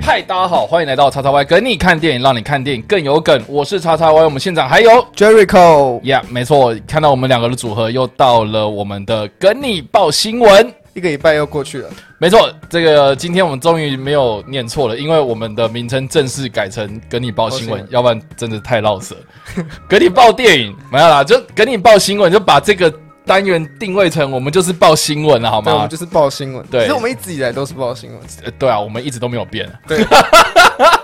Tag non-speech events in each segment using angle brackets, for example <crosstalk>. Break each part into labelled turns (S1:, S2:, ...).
S1: 嗨，大家好，欢迎来到叉叉 Y 跟你看电影，让你看电影更有梗。我是叉叉 Y，我们现场还有
S2: Jericho，
S1: ，Yeah，没错，看到我们两个的组合，又到了我们的跟你报新闻。
S2: 一个礼拜又过去了，
S1: 没错，这个今天我们终于没有念错了，因为我们的名称正式改成“跟你报新
S2: 报
S1: 闻
S2: 新”，闻
S1: 要不然真的太绕舌。跟你报电影没有啦，就跟你报新闻，就把这个单元定位成我们就是报新闻了，好
S2: 对，我
S1: 吗
S2: 们？就是报新闻。
S1: 对
S2: 其实我们一直以来都是报新闻，
S1: 呃对啊，我们一直都没有变。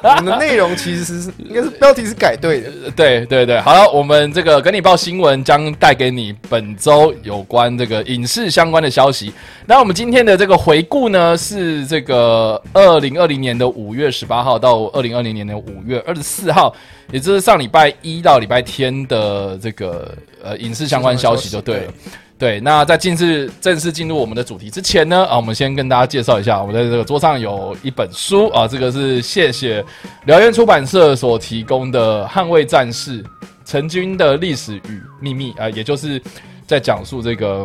S2: 我们的内容其实是应该是标题是改对的，
S1: <laughs> 对对对，好了，我们这个跟你报新闻将带给你本周有关这个影视相关的消息。那我们今天的这个回顾呢，是这个二零二零年的五月十八号到二零二零年的五月二十四号，也就是上礼拜一到礼拜天的这个呃影视相关消息，就对了。对，那在进是正式进入我们的主题之前呢，啊，我们先跟大家介绍一下，我们在这个桌上有一本书啊，这个是谢谢燎原出版社所提供的《捍卫战士：陈军的历史与秘密》啊、也就是在讲述这个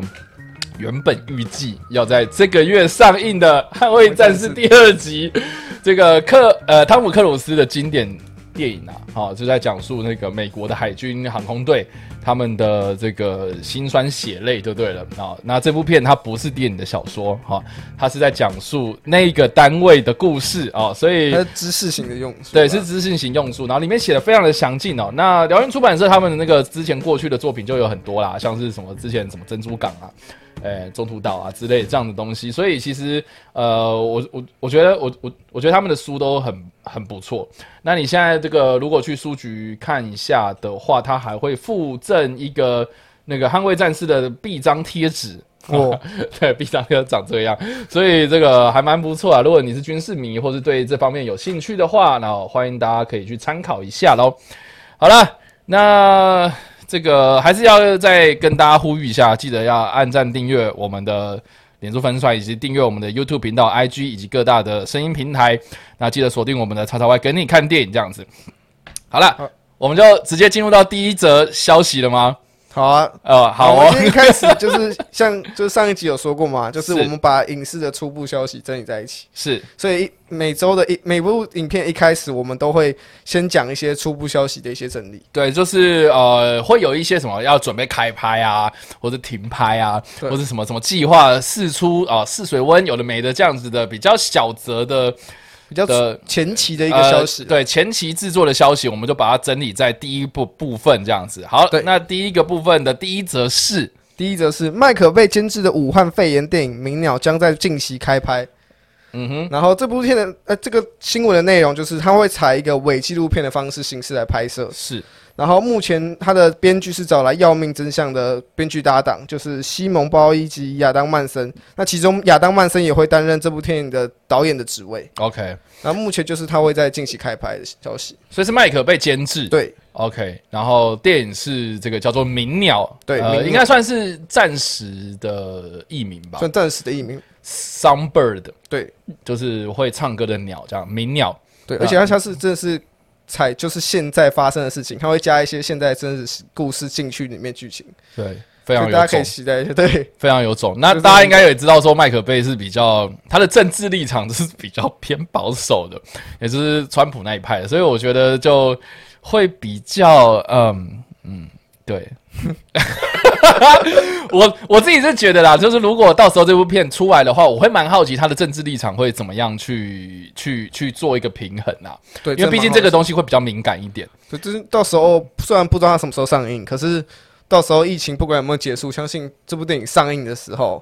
S1: 原本预计要在这个月上映的《捍卫战士》第二集，这个克呃汤姆克鲁斯的经典电影啊， <laughs> 好、就在讲述那个美国的海军航空队他们的这个辛酸血泪就对了啊、那这部片它不是电影的小说哈、它是在讲述那个单位的故事啊、所以
S2: 它是知识型的用词。
S1: 对，是知性型用书，然后里面写的非常的详尽哦。那辽源出版社他们的那个之前过去的作品就有很多啦，像是什么之前什么珍珠港啊、呃中途岛啊之类这样的东西，所以其实呃，我我我觉得我我我觉得他们的书都很很不错。那你现在这个如果去书局看一下的话，它还会附赠一个那个捍卫战士的臂章贴纸。 <laughs>
S2: 哦，
S1: 对，臂章哥长这样，所以这个还蛮不错啊。如果你是军事迷或是对这方面有兴趣的话，然后欢迎大家可以去参考一下喽。好了，那这个还是要再跟大家呼吁一下，记得要按赞订阅我们的。脸书粉刷以及订阅我们的 YouTube 频道、IG 以及各大的声音平台，那记得锁定我们的叉叉 Y 跟你看电影这样子。好了，
S2: 好
S1: 我们就直接进入到第一则消息了吗？
S2: 好啊。
S1: 呃，好
S2: 我
S1: 哦
S2: 们，今天开始就是像 <laughs> 就是上一集有说过嘛，就是
S1: 是
S2: 我们把影视的初步消息整理在一起，
S1: <laughs> 是
S2: 所以一每周的一每部影片一开始，我们都会先讲一些初步消息的一些整理。
S1: 对，就是呃，会有一些什么要准备开拍啊，或者停拍啊，
S2: 对
S1: 或者什么什么计划试出啊、试水温，有的没的这样子的比较小则的
S2: 比较
S1: 的
S2: 前期的一个消息啊
S1: 呃，对前期制作的消息，我们就把它整理在第一部部分这样子。好
S2: 对，
S1: 那第一个部分的第一则是
S2: 第一则是麦可贝监制的武汉肺炎电影《鸣鸟》将在近期开拍。嗯哼，然后这部片的呃，这个新闻的内容就是它会采一个伪纪录片的方式形式来拍摄。
S1: 是
S2: 然后目前它的编剧是找来《要命真相》的编剧搭档，就是西蒙·鲍伊及亚当·曼森。那其中亚当·曼森也会担任这部电影的导演的职位。
S1: OK，
S2: 然后目前就是他会在近期开拍的消息。
S1: 所以是麦克被监制
S2: 对，
S1: ，OK，然后电影是这个叫做《鸣鸟》，
S2: 对
S1: 呃
S2: 鸣鸟
S1: 应该算是暂时的译名吧
S2: 算暂时的艺名。
S1: ，Songbird。
S2: 对
S1: 就是会唱歌的鸟，这样鸣鸟。
S2: 对，
S1: 啊
S2: 而且它它是真的是采就是现在发生的事情，它会加一些现在真实故事进去里面剧情。
S1: 对，非常
S2: 所以大
S1: 有
S2: 家可
S1: 种
S2: 以，期待一下。对，
S1: 非常有种。那
S2: 就是
S1: 大家应该也知道，说麦可贝是比较他的政治立场就是比较偏保守的，也就是川普那一派的，所以我觉得就会比较嗯嗯对。 <laughs> 我我自己是觉得啦，就是如果到时候这部片出来的话，我会蛮好奇他的政治立场会怎么样去去去做一个平衡啊，
S2: 对，
S1: 因为毕竟这
S2: 真的
S1: 个东西会比较敏感一点。
S2: 蛮好的，对就是到时候虽然不知道它什么时候上映，可是到时候疫情不管有没有结束，相信这部电影上映的时候，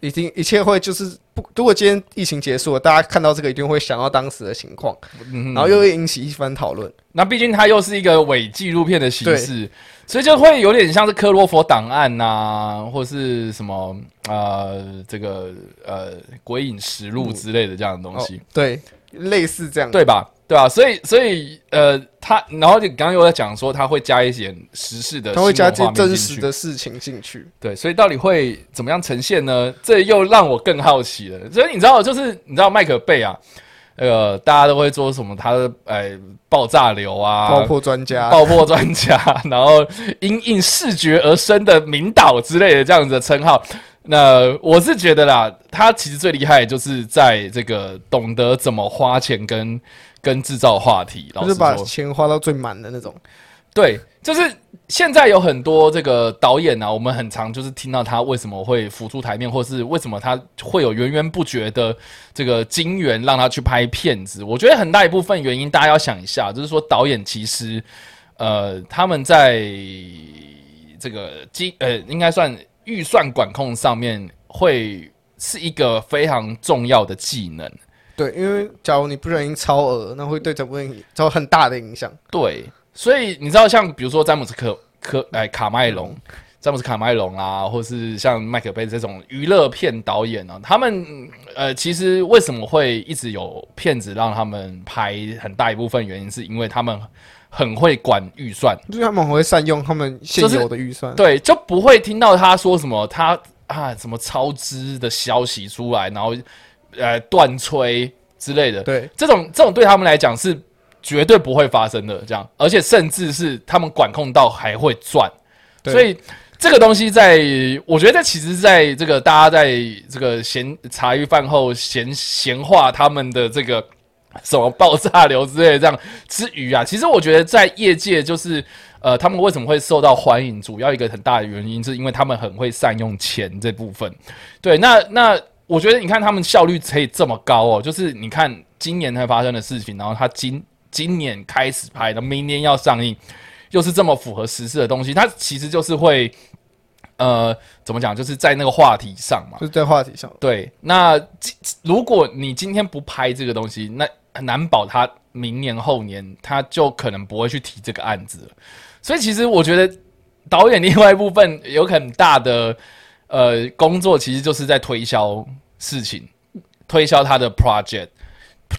S2: 一定一切会就是不，如果今天疫情结束了，大家看到这个一定会想到当时的情况，
S1: 嗯
S2: 然后又会引起一番讨论。
S1: 那毕竟它又是一个伪纪录片的形
S2: 对
S1: 式，所以就会有点像是科洛佛档案呐、或是什么呃，这个呃鬼影实录之类的这样的东
S2: 哦
S1: 西，，
S2: 对，类似这样。
S1: 对吧？对吧？所以所以呃，他然后你刚刚有在讲说他会加一些时事的，
S2: 它会加这真实，的事情进去，
S1: 对，所以到底会怎么样呈现呢？这又让我更好奇了。所以你知道，就是你知道麦可贝啊，那个大家都会说什么他的哎爆炸流啊，
S2: 爆破专家，
S1: 爆破专家， <laughs> 然后因应视觉而生的名导之类的这样子的称号。那我是觉得啦，他其实最厉害就是在这个懂得怎么花钱跟跟制造话题，老
S2: 就
S1: 实
S2: 是把
S1: 说，
S2: 钱花到最满的那种。
S1: 对，就是现在有很多这个导演啊，我们很常就是听到他为什么会浮出台面，或是为什么他会有源源不绝的这个金源让他去拍片子。我觉得很大一部分原因，大家要想一下，就是说导演其实呃他们在这个金呃应该算预算管控上面会是一个非常重要的技能。
S2: 对，因为假如你不小心超额，那会对整部电影造成很大的影响。
S1: 对，所以你知道，像比如说詹姆斯科科哎卡麦隆，詹姆斯卡麦隆啊，或是像麦克贝这种娱乐片导演啊，他们呃，其实为什么会一直有片子让他们拍，很大一部分原因是因为他们很会管预算。
S2: 就是他们很会善用他们现有的预算，
S1: 对，就不会听到他说什么他啊什么超支的消息出来，然后呃断吹之类的。
S2: 对
S1: 这种这种对他们来讲是绝对不会发生的，这样，而且甚至是他们管控到还会赚，
S2: 对
S1: 所以这个东西在，我觉得其实在这个大家在这个闲茶余饭后闲闲话他们的这个 <laughs> 什么爆炸流之类的这样之余啊，其实我觉得在业界就是。呃，他们为什么会受到欢迎？主要一个很大的原因是因为他们很会善用钱这部分。对，那那我觉得你看他们效率可以这么高哦，就是你看今年才发生的事情，然后他今今年开始拍，然后明年要上映，又是这么符合时事的东西，它其实就是会，呃，怎么讲，就是在那个话题上嘛
S2: 就。是在话题上，
S1: 对，那今如果你今天不拍这个东西，那很难保他明年后年他就可能不会去提这个案子了。所以其实我觉得导演另外一部分有很大的呃工作，其实就是在推销事情，推销他的 project，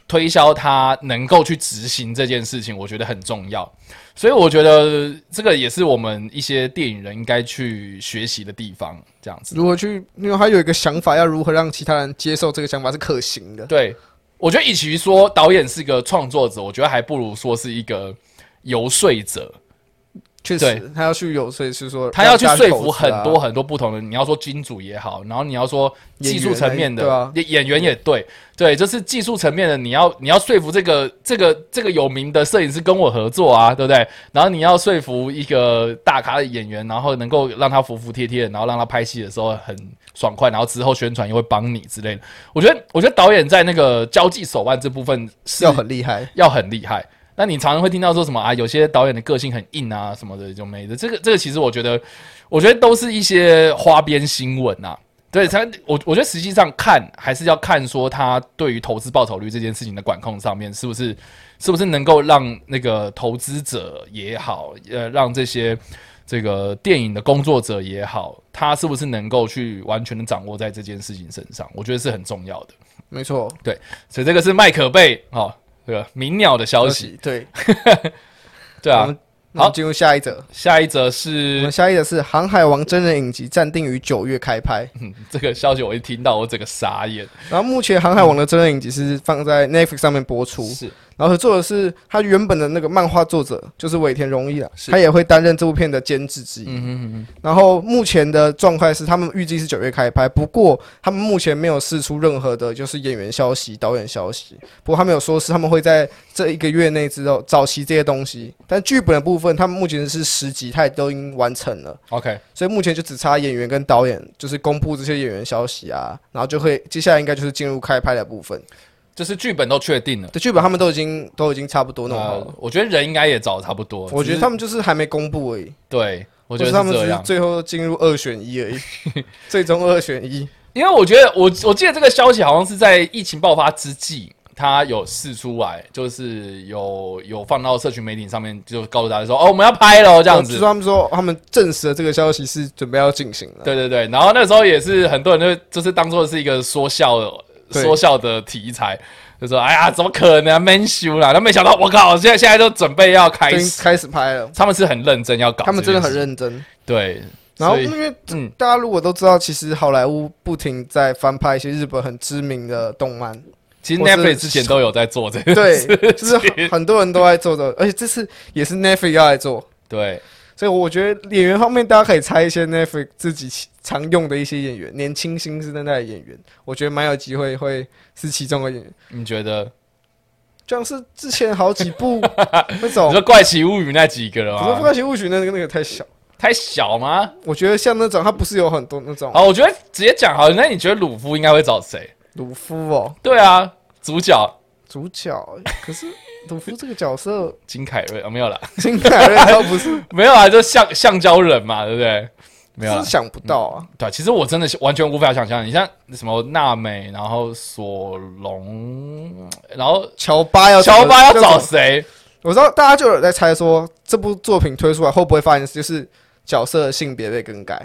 S1: 推销他能够去执行这件事情，我觉得很重要。所以我觉得这个也是我们一些电影人应该去学习的地方，这样子。
S2: 如何去，因为他有一个想法，要如何让其他人接受这个想法是可行的。
S1: 对，我觉得与其说导演是个创作者，我觉得还不如说是一个游说者。
S2: 确
S1: 对
S2: 实，他要去游说，是说
S1: 他要去
S2: 让大
S1: 说
S2: 家
S1: 服
S2: 投资
S1: 很
S2: 啊
S1: 多很多不同的，你要说金主也好，然后你要说技术层面的
S2: 演员啊
S1: 也演员也对，对，就是技术层面的，你要你要说服这个这个这个有名的摄影师跟我合作啊，对不对？然后你要说服一个大咖的演员，然后能够让他服服帖帖，然后让他拍戏的时候很爽快，然后之后宣传又会帮你之类的。我觉得我觉得导演在那个交际手腕这部分是
S2: 要很厉害，
S1: 要很厉害。那你常常会听到说什么啊，有些导演的个性很硬啊，什么的就没的。这个这个其实我觉得，我觉得都是一些花边新闻啊。对他，我我觉得实际上看还是要看说他对于投资报酬率这件事情的管控上面是不是是不是能够让那个投资者也好，呃，让这些这个电影的工作者也好，他是不是能够去完全的掌握在这件事情身上，我觉得是很重要的。
S2: 没错。
S1: 所以这个是麦可贝哦，这个鸣鸟的消息。
S2: 对，
S1: 对啊嗯
S2: 我，们那我们进入下一则。
S1: 下一则
S2: 我
S1: 是
S2: 们、下一则是《航海王》真人影集暂定于九月开拍。
S1: 嗯 <laughs> 这个消息，我一听到我整个傻眼。
S2: 然后目前《航海王》的真人影集是放在 Netflix 上面播出，
S1: 是
S2: 然后合作的是他原本的那个漫画作者，就是尾田荣一了，
S1: 是
S2: 他也会担任这部片的监制之一。然后目前的状态是，他们预计是九月开拍，不过他们目前没有释出任何的就是演员消息、导演消息。不过他们有说是他们会在这一个月内之后找齐这些东西，但剧本的部分他们目前是十集，他也都已经完成了。
S1: OK，
S2: 所以目前就只差演员跟导演，就是公布这些演员消息啊，然后就会接下来应该就是进入开拍的部分。
S1: 就是剧本都确定了。
S2: 这剧本他们都已经都已经差不多弄好了
S1: 呃，，我觉得人应该也找得差不多。
S2: 我觉
S1: 哦只
S2: 得
S1: 是
S2: 他们就是还没公布而已，
S1: 对，我
S2: 我
S1: 觉
S2: 他
S1: 得
S2: 们
S1: 是这
S2: 只是
S1: 样。
S2: 最后进入二选
S1: <laughs>
S2: 一而已，最终二选一。
S1: 因为我觉得我我记得这个消息好像是在疫情爆发之际，他有试出来，就是有有放到社群媒体上面，就告诉大家说哦，我们要拍了这
S2: 这
S1: 样
S2: 就
S1: 子
S2: 是。他们说他们证实了这个消息是准备要进行了。
S1: 对对对，然后那时候也是很多人就就是当做是一个说笑的
S2: 对
S1: 说笑的题材，就说哎呀，怎么可能啊，man 修啦！那没想到我靠，现在现在都准备要开
S2: 已经
S1: 始，
S2: 开始拍了，
S1: 他们是很认真要搞，
S2: 他们真的很，认真。
S1: 对，
S2: 然后
S1: 所以
S2: 因为
S1: 嗯
S2: 大家如果都知道，其实好莱坞不停在翻拍一些日本很知名的动漫，
S1: 其实
S2: 或是
S1: Netflix 之前都有在做这个，
S2: 对，就是很很多人都在做的，而且这次也是 Netflix 要来做，
S1: <laughs> 对，
S2: 所以我觉得演员方面，大家可以猜一些 Netflix 自己常用的一些演员，年轻新生代的演员，我觉得蛮有机会会是其中的演员。
S1: 你觉得？
S2: 像是之前好几部那
S1: 你
S2: 种，
S1: 说《怪奇物语》那几个了
S2: 可是《不
S1: 吗？
S2: 怪奇物语》那个那个太小，
S1: 太小吗？
S2: 我觉得像那种，它不是有很多那种
S1: 好，我觉得直接讲好了。那你觉得鲁夫应该会找谁？
S2: 鲁夫哦，
S1: 对啊，主角
S2: 主角，可是鲁夫这个角色，
S1: 金凯瑞啊、没有啦，
S2: 金凯瑞都不是，
S1: 没有啊，就橡橡胶人嘛，对不对？没有啦
S2: 真，想不到啊。
S1: 对啊，其实我真的是完全无法想象。你像什么娜美，然后索隆，然后
S2: 乔巴要
S1: 乔巴要
S2: 怎么
S1: 找谁？
S2: 我知道大家就有在猜说，这部作品推出来会不会发现就是角色的性别被更改，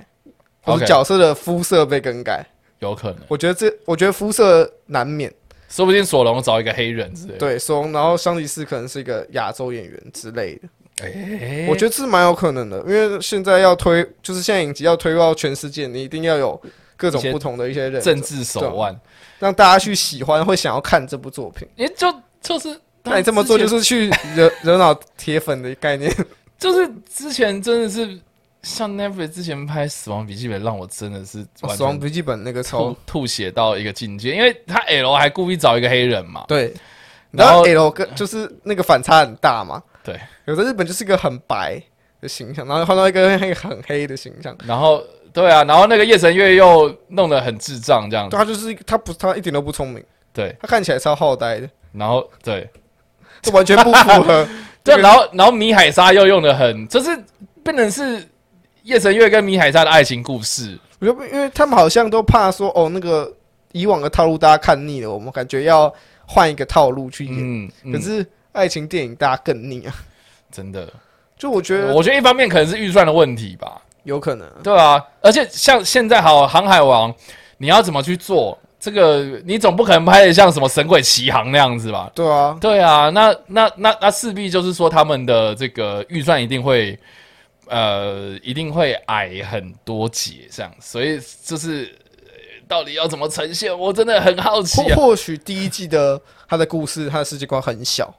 S2: 或者
S1: OK
S2: 角色的肤色被更改？
S1: 有可能，
S2: 我觉得这，我觉得肤色难免
S1: 说不定索隆找一个黑人之类的。
S2: 对，说然后香吉士可能是一个亚洲演员之类的，
S1: 对
S2: 我觉得是蛮有可能的，因为现在要推，就是现在影集要推到全世界，你一定要有各种
S1: 一些
S2: 不同的一些人
S1: 政治
S2: 啊
S1: 手腕，
S2: 让大家去喜欢，会想要看这部作品。
S1: 也就就是。
S2: 那你这么做就
S1: 之前
S2: 是去惹 <laughs> 惹恼铁粉的概念，
S1: 就是之前真的是像 Netflix 之前拍《死亡笔记本》，让我真的是
S2: 《
S1: 完
S2: 哦死亡
S1: 全
S2: 笔记本》那个超
S1: 吐吐血到一个境界，因为他 L 还故意找一个黑人嘛，
S2: 对，
S1: 然
S2: 然
S1: 后
S2: 后 L 跟就是那个反差很大嘛。
S1: 对，
S2: 有的日本就是一个很白的形象，然后换到一个那个很黑的形象。
S1: 然后对啊，然后那个夜神月又弄得很智障这样
S2: 对，啊
S1: 子，
S2: 他就是他不，他一点都不聪明，
S1: 对，
S2: 他看起来超好呆的，
S1: 然后对
S2: 这完全不符合 <laughs>
S1: 对，啊
S2: 这个
S1: 然后然后米海莎又用的很，就是变成是夜神月跟米海莎的爱情故事，
S2: 我就不因为他们好像都怕说哦，那个以往的套路大家看腻了，我们感觉要换一个套路去演。
S1: 嗯，嗯
S2: 可是爱情电影大家更腻啊，
S1: 真的，
S2: 就我觉得
S1: 我觉得一方面可能是预算的问题吧，
S2: 有可能啊。
S1: 对啊，而且像现在好《航海王》，你要怎么去做这个？你总不可能拍的像什么《神鬼奇航》那样子吧？
S2: 对啊，
S1: 对啊，那那那那势必就是说他们的这个预算一定会，呃，一定会矮很多截这样，所以就是呃到底要怎么呈现，我真的很好奇
S2: 或
S1: 啊。
S2: 或许第一季的他的故事，他的世界观很小。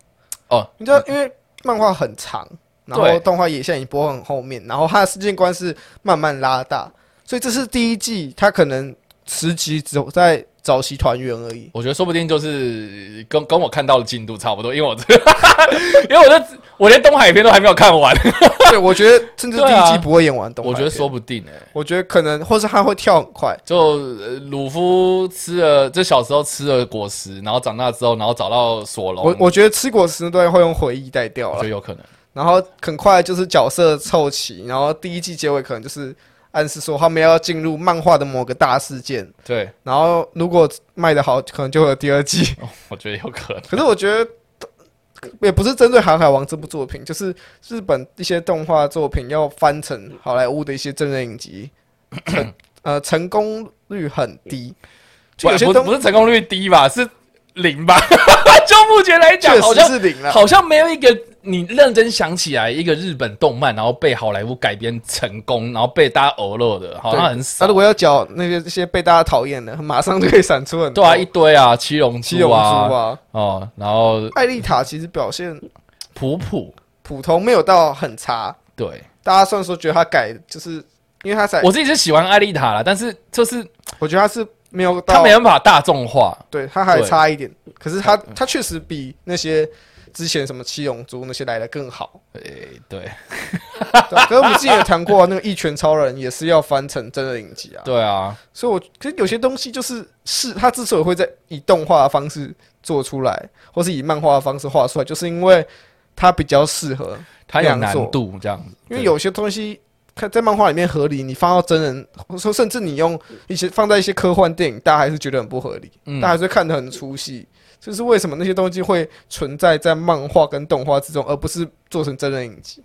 S1: 哦，
S2: 你知道，因为漫画很长，然
S1: 对
S2: 后动画也现在已经播很后面，然后它的世界观是慢慢拉大，所以这是第一季，它可能十集只有在早期团圆而
S1: <laughs>
S2: 已。
S1: 我觉得说不定就是跟跟我看到的进度差不多，因为我这， <laughs> 因为我这我连东海篇都还没有看完，
S2: 对，我觉得甚至第
S1: 对
S2: 一
S1: 啊
S2: 季不会演完动画。
S1: 我觉得说，不定哎、
S2: 我觉得可能，或是它会跳很快。
S1: 就呃鲁夫吃了，就小时候吃了果实，然后长大之后，然后找到索隆，
S2: 我我觉得吃果实那段会用回忆带掉
S1: 我觉
S2: 了
S1: 得，有可能。
S2: 然后很快就是角色凑齐，然后第一季结尾可能就是暗示说他们要进入漫画的某个大事件，
S1: 对，
S2: 然后如果卖得好，可能就会有第二季。
S1: 我觉得有可能。
S2: 可是我觉得也不是针对《航海王》这部作品，就是日本一些动画作品要翻成好莱坞的一些真人影集，
S1: <coughs>
S2: 成呃成功率很低，就有些
S1: 不不
S2: 东
S1: 不是成功率低吧，是零吧？ <laughs> 就目前来讲，
S2: 确
S1: 好
S2: 实
S1: 像
S2: 是啊零了。
S1: 好像没有一个你认真想起来一个日本动漫，然后被好莱坞改编成功，然后被大家偶漏的，好像很
S2: 那
S1: 少
S2: 如。果要讲那些这些被大家讨厌的，马上就可以闪出很多
S1: 对啊，一堆啊，七龙
S2: 哦七龙
S1: 珠
S2: 珠
S1: 啊，
S2: 啊，
S1: 哦，然后
S2: 艾丽塔其实表现
S1: 普普，
S2: 普通，没有到很差。
S1: 对
S2: 大家虽然说觉得他改，就是因为他在，
S1: 我自己是喜欢艾丽塔啦，但是就是
S2: 我觉得他是没有到
S1: 他没办法大众化，
S2: 对，它还
S1: 对嗯
S2: 差一点，可是它它确实比那些之前什么七龙珠那些来的更好。
S1: 诶，哎对。
S2: 对啊，可是我们之前也谈过、啊，那个一拳超人也是要翻成真人影集啊，
S1: 对啊，
S2: 所以我可是有些东西就是是它之所以会在以动画的方式做出来，或是以漫画的方式画出来，就是因为它比较适合，
S1: 它
S2: 这
S1: 有
S2: 样
S1: 难
S2: 做
S1: 度这样子，
S2: 因
S1: 对
S2: 为有些东西。看在漫画里面合理，你放到真人，或者说甚至你用一些放在一些科幻电影，大家还是觉得很不合理。
S1: 嗯
S2: 大家还是看得很出戏。这是为什么那些东西会存在在漫画跟动画之中，而不是做成真人影集？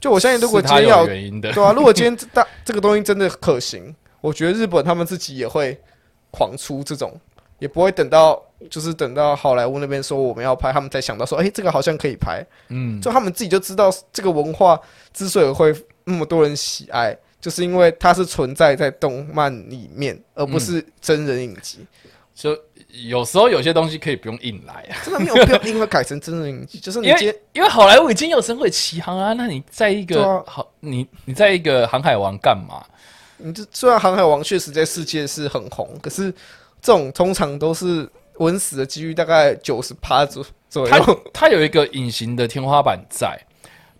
S2: 就我相信，如果
S1: 是
S2: 今
S1: 它
S2: 天要
S1: 有原因的，
S2: 对啊，如果今天这大这个东西真的可行， <laughs> 我觉得日本他们自己也会狂出这种，也不会等到就是等到好莱坞那边说我们要拍，他们才想到说，哎、这个好像可以拍。
S1: 嗯，
S2: 就他们自己就知道这个文化之所以会那么多人喜爱，
S1: 嗯
S2: 就是因为它是存在在动漫里面，而不是真人影集。
S1: 就有时候有些东西可以不用硬来啊，
S2: 真的没有
S1: <laughs>
S2: 必要因为改成真人影集，就是你
S1: 因
S2: 接
S1: 为因为好莱坞已经有《神鬼奇航》啊，那你在一
S2: 对
S1: 个、
S2: 啊
S1: 好你你在一个航海王干嘛？
S2: 你这虽然《航海王》确实在世界是很红，可是这种通常都是稳死的几率大概九十趴左左
S1: 它
S2: 右，
S1: 它有一个隐形的天花板在，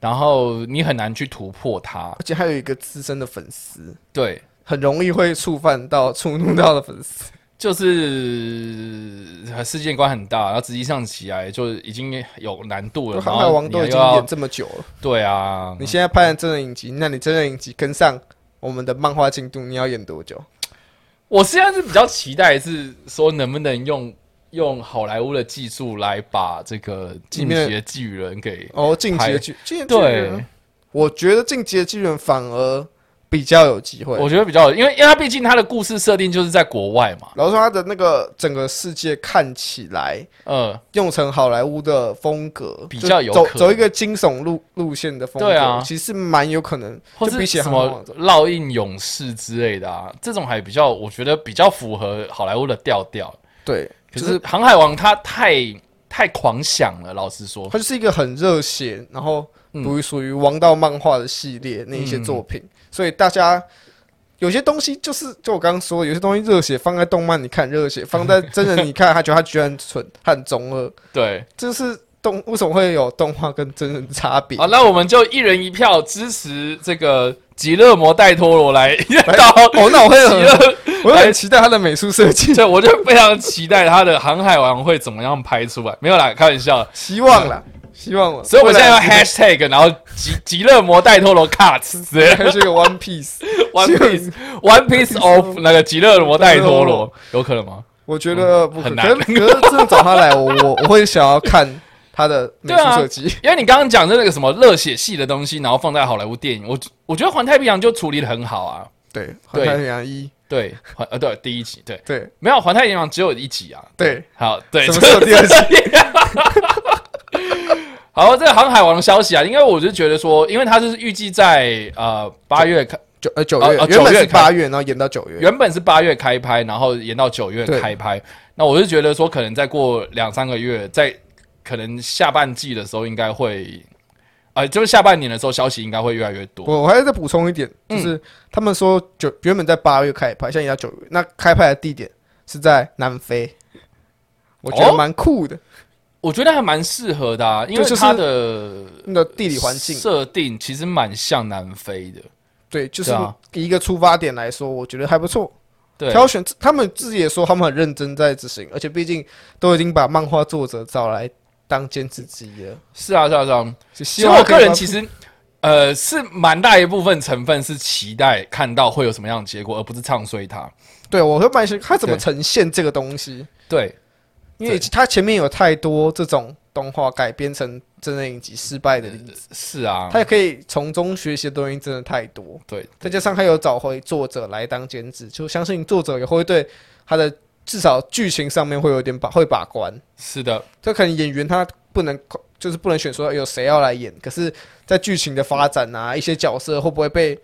S1: 然后你很难去突破它。
S2: 而且还有一个资深的粉丝，
S1: 对，
S2: 很容易会触犯到、触怒到的粉丝。
S1: 就是呃世界观很大，然后实际上起来就已经有难度了。
S2: 《
S1: 然
S2: 航海
S1: 后
S2: 王
S1: 你》
S2: 都
S1: 还
S2: 已经
S1: 要
S2: 演这么久了，
S1: 对啊，
S2: 你现在拍的真人影集，那你真人影集跟上我们的漫画进度，你要演多久？
S1: 我现在是比较期待是说能不能用用好莱坞的技术来把这个进击的巨人给
S2: 哦，《进击的
S1: 拍
S2: 巨进击的巨人
S1: 对，
S2: 我觉得《进击的巨人》反而比较有机会。
S1: 我觉得比较，因为因为它毕竟它的故事设定就是在国外嘛，
S2: 然后说他的那个整个世界看起来
S1: 呃，
S2: 用成好莱坞的风格，
S1: 比较有
S2: 就
S1: 可能
S2: 走走一个惊悚路路线的风格，
S1: 对啊
S2: 其实蛮有可能，
S1: 或
S2: 就是比起
S1: 什
S2: 航海
S1: 么
S2: 王
S1: 烙印勇士之类的啊，这种还比较，我觉得比较符合好莱坞的调调。
S2: 对，
S1: 可
S2: 就是是
S1: 《航海王》它太太狂想了，老实说，
S2: 它就是一个很热血，然后
S1: 嗯
S2: 属于属于王道漫画的系列那一些作品，所以大家。有些东西就是，就我刚刚说，有些东西热血放在动漫你看热血，放在真人你看，他觉得他居然蠢，他很中二，
S1: 对。
S2: 这是动为什么会有动画跟真人差别？
S1: 好，那我们就一人一票支持这个极乐魔戴托罗来 <laughs> 到
S2: 哦，那我会
S1: 极乐
S2: 很，
S1: <laughs>
S2: 我会很期待他的美术设计，
S1: 对，我就非常期待他的《航海王》会怎么样拍出来。没有啦，开玩笑。
S2: <laughs> 希望啦，希望我。
S1: 所以我现在要
S2: 未来
S1: hashtag，然后极极乐魔带托罗 cuts 之类的
S2: 还是一个 One Piece，
S1: <laughs> One Piece One Piece of 那个极乐魔带托罗，有可能吗？
S2: 我觉得不可
S1: 哦很
S2: 可
S1: 难
S2: 是可是真的找他来，我我 <laughs> 我会想要看他的美术设计。
S1: 因为你刚刚讲的那个什么热血系的东西，然后放在好莱坞电影，我我觉得《环太平洋》就处理的很好啊。
S2: 对，
S1: 对
S2: 环太平洋一，
S1: 对，环呃对第一集对，
S2: 对
S1: 没有《环太平洋》只有一集啊。
S2: 对，
S1: 好，对，
S2: 什么时候第二集？
S1: <laughs> 好，这个航海王的消息啊，因为我就觉得说，因为它就是预计在呃八月开，
S2: 九呃九
S1: 哦
S2: 月
S1: 哦，
S2: 原本
S1: 九
S2: 是
S1: 月
S2: 八月，然后延到九月。
S1: 原本是八月开拍，然后延到九月开拍。那我就觉得说，可能再过两三个月，在可能下半季的时候，应该会，呃，就是下半年的时候，消息应该会越来越多。
S2: 我我还要再补充一点，
S1: 嗯
S2: 就是他们说九原本在八月开拍，现在延到九月。那开拍的地点是在南非，我觉得
S1: 哦
S2: 蛮酷的，
S1: 我觉得还蛮适合的、啊，因为
S2: 对就是
S1: 它的
S2: 那地理环境。
S1: 设定其实蛮像南非的。
S2: 对，就是
S1: 对啊
S2: 以一个出发点来说，我觉得还不错。
S1: 对，
S2: 挑选他们自己也说他们很认真在执行，而且毕竟都已经把漫画作者找来当监制之一了。
S1: 是啊，是啊，是啊。其
S2: 就希
S1: 实
S2: 望
S1: 我个人
S2: 可以
S1: 其实，呃，是蛮大一部分成分是期待看到会有什么样的结果，而不是唱衰它。
S2: 对我会蛮喜他怎么
S1: 对
S2: 呈现这个东西，
S1: 对，
S2: 因为他前面有太多这种动画改编成真人影集失败的例子，
S1: 是啊，
S2: 他也可以从中学习的东西真的太多。
S1: 对，
S2: 再加上他有找回作者来当监制，就相信作者也会对他的至少剧情上面会有点把会把关。
S1: 是的，
S2: 这可能演员他不能就是不能选说有谁要来演，可是，在剧情的发展啊，一些角色会不会被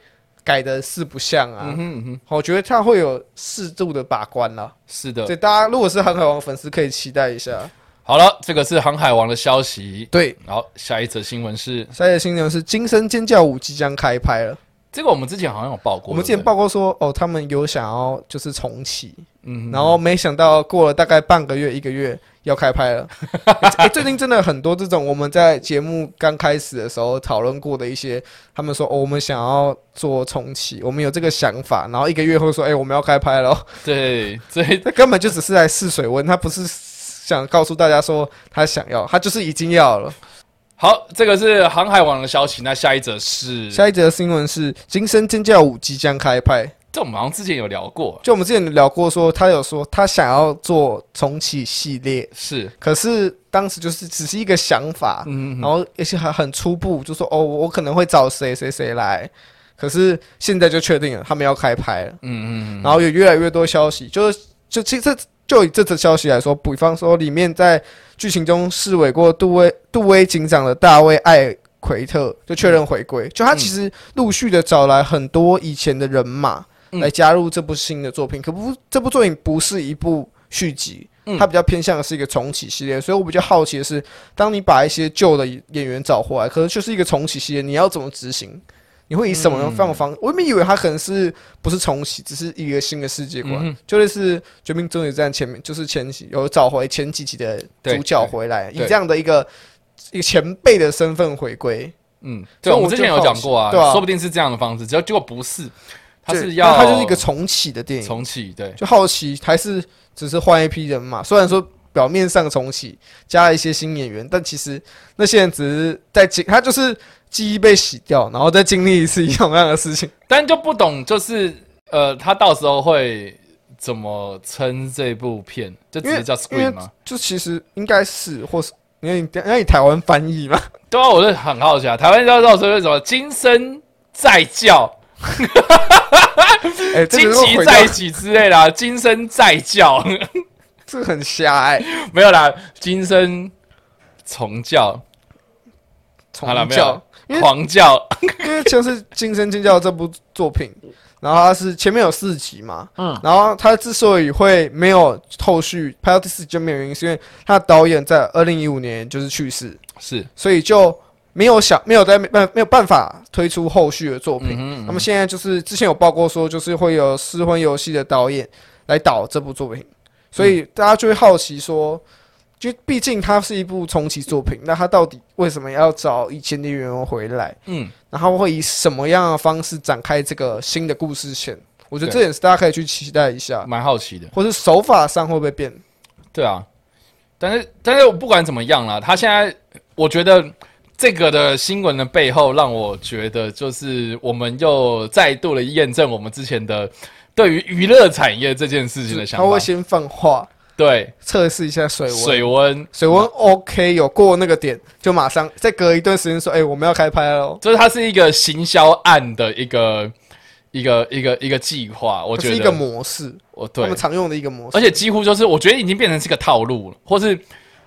S2: 改的四不像啊？
S1: 嗯哼嗯哼，
S2: 我觉得他会有适度的把关啦、
S1: 是的
S2: 所。以大家如果是航海王粉丝，可以期待一下。
S1: 好了，这个是航海王的消息。
S2: 对，
S1: 好，下一则新闻是
S2: 三叶新娘是《惊声尖叫五》即将开拍了。
S1: 这个，我们之前好像有报过。
S2: 我们之
S1: 对
S2: 前
S1: 不对，
S2: 报告说，哦，他们有想要就是重启，
S1: 嗯
S2: 然后没想到过了大概半个月、一个月要开
S1: <laughs>
S2: 拍了。欸最近真的很多这种我们在节目刚开始的时候讨论过的一些，他们说、哦、我们想要做重启，我们有这个想法，然后一个月后说，哎、我们要开拍了， <laughs>
S1: 对，这
S2: 他根本就只是来试水温，他不是想告诉大家说他想要，他就是已经要了。
S1: 好，这个是航海王的消息。那下一则是，
S2: 下一则新闻是《惊声尖叫五》即将开拍，
S1: 这我们好像之前有聊过，
S2: 就我们之前聊过说他有说他想要做重启系列，
S1: 是，
S2: 可是当时就是只是一个想法，
S1: 嗯，
S2: 然后而且还很初步，就说哦，我我可能会找谁谁谁来，可是现在就确定了，他们要开拍了，
S1: 嗯嗯嗯，
S2: 然后有越来越多消息，就是就其实就以这则消息来说，比方说里面在剧情中饰演过杜威杜威警长的大卫艾奎特就确认回归，就他其实陆续的找来很多以前的人马
S1: 嗯
S2: 来加入这部新的作品，可不这部作品不是一部。续集
S1: 嗯，
S2: 它比较偏向的是一个重启系列。所以我比较好奇的是，当你把一些旧的演员找回来，可是就是一个重启系列，你要怎么执行？你会以什么样方
S1: 嗯
S2: 方？我原本以为它可能是不是重启，只是一个新的世界观，
S1: 嗯哼
S2: 就类似《绝命终结战》前面就是前几有找回前几集的主角
S1: 对对
S2: 回来，以
S1: 对
S2: 这样的一个一个前辈的身份回归。
S1: 嗯，对，
S2: 所以
S1: 我
S2: 我
S1: 们之前
S2: 就
S1: 有
S2: 好
S1: 讲
S2: 奇
S1: 过啊，
S2: 对啊
S1: 说不定是这样的方式，只要结果不是，它
S2: 对
S1: 是
S2: 那
S1: 要
S2: 它就是一个重启的电影，
S1: 重启，对，
S2: 就好奇还是只是换一批人嘛？虽然说表面上重启加了一些新演员，但其实那些人只是在经，他就是记忆被洗掉，然后再经历一次一同样的事情。
S1: 但就不懂就是呃，他到时候会怎么称这部片？就直
S2: 因
S1: 接
S2: 为
S1: 叫
S2: 因为
S1: Scream 吗？
S2: 就其实应该是，或是因为你因为你台湾翻译嘛，
S1: 对啊，我就很好奇啊，台湾到到时候会什么今生再叫，
S2: 哎、这
S1: 今
S2: 个
S1: 期
S2: 又回到
S1: 在一起之类的、啊，今生再叫， <laughs>
S2: 这个很瞎哎、
S1: 没有啦，今生重叫、
S2: 重
S1: 好了没有
S2: 教，因为
S1: 狂叫，
S2: 因为像是《惊声尖叫》这部作品，然后它是前面有四集嘛，
S1: 嗯
S2: 嗯，然后它之所以会没有后续拍到第四集就没有原因，是因为它的导演在二零一五年就是去世，
S1: 是，
S2: 所以就没有想没有在没办没有办法推出后续的作品。
S1: 嗯
S2: 那么现在就是之前有报过说，就是会有《失魂游戏》的导演来导这部作品，所以大家就会好奇说，就毕竟它是一部重启作品，那它到底为什么要找以前的演员回来？
S1: 嗯，
S2: 然后会以什么样的方式展开这个新的故事线？我觉
S1: 对
S2: 得这点是大家可以去期待一下，
S1: 嗯蛮好奇的。
S2: 或是手法上会不会变？
S1: 对啊，但是但是我不管怎么样啦，他现在我觉得这个的新闻的背后，让我觉得就是我们又再度的验证我们之前的对于娱乐产业这件事情的想
S2: 他会
S1: 法。
S2: 先放话
S1: 对，
S2: 测试一下水温，水
S1: 水温
S2: 温 OK 有过那个点，就马上再隔一段时间
S1: 嗯
S2: 说，哎、我们要开拍喽。
S1: 就是它是一个行销案的一个一个一个一个计划，我
S2: 这
S1: 觉得
S2: 是一个模式，
S1: 我对
S2: 他们常用的一个模式。
S1: 而且几乎就是，我觉得已经变成是个套路了，或是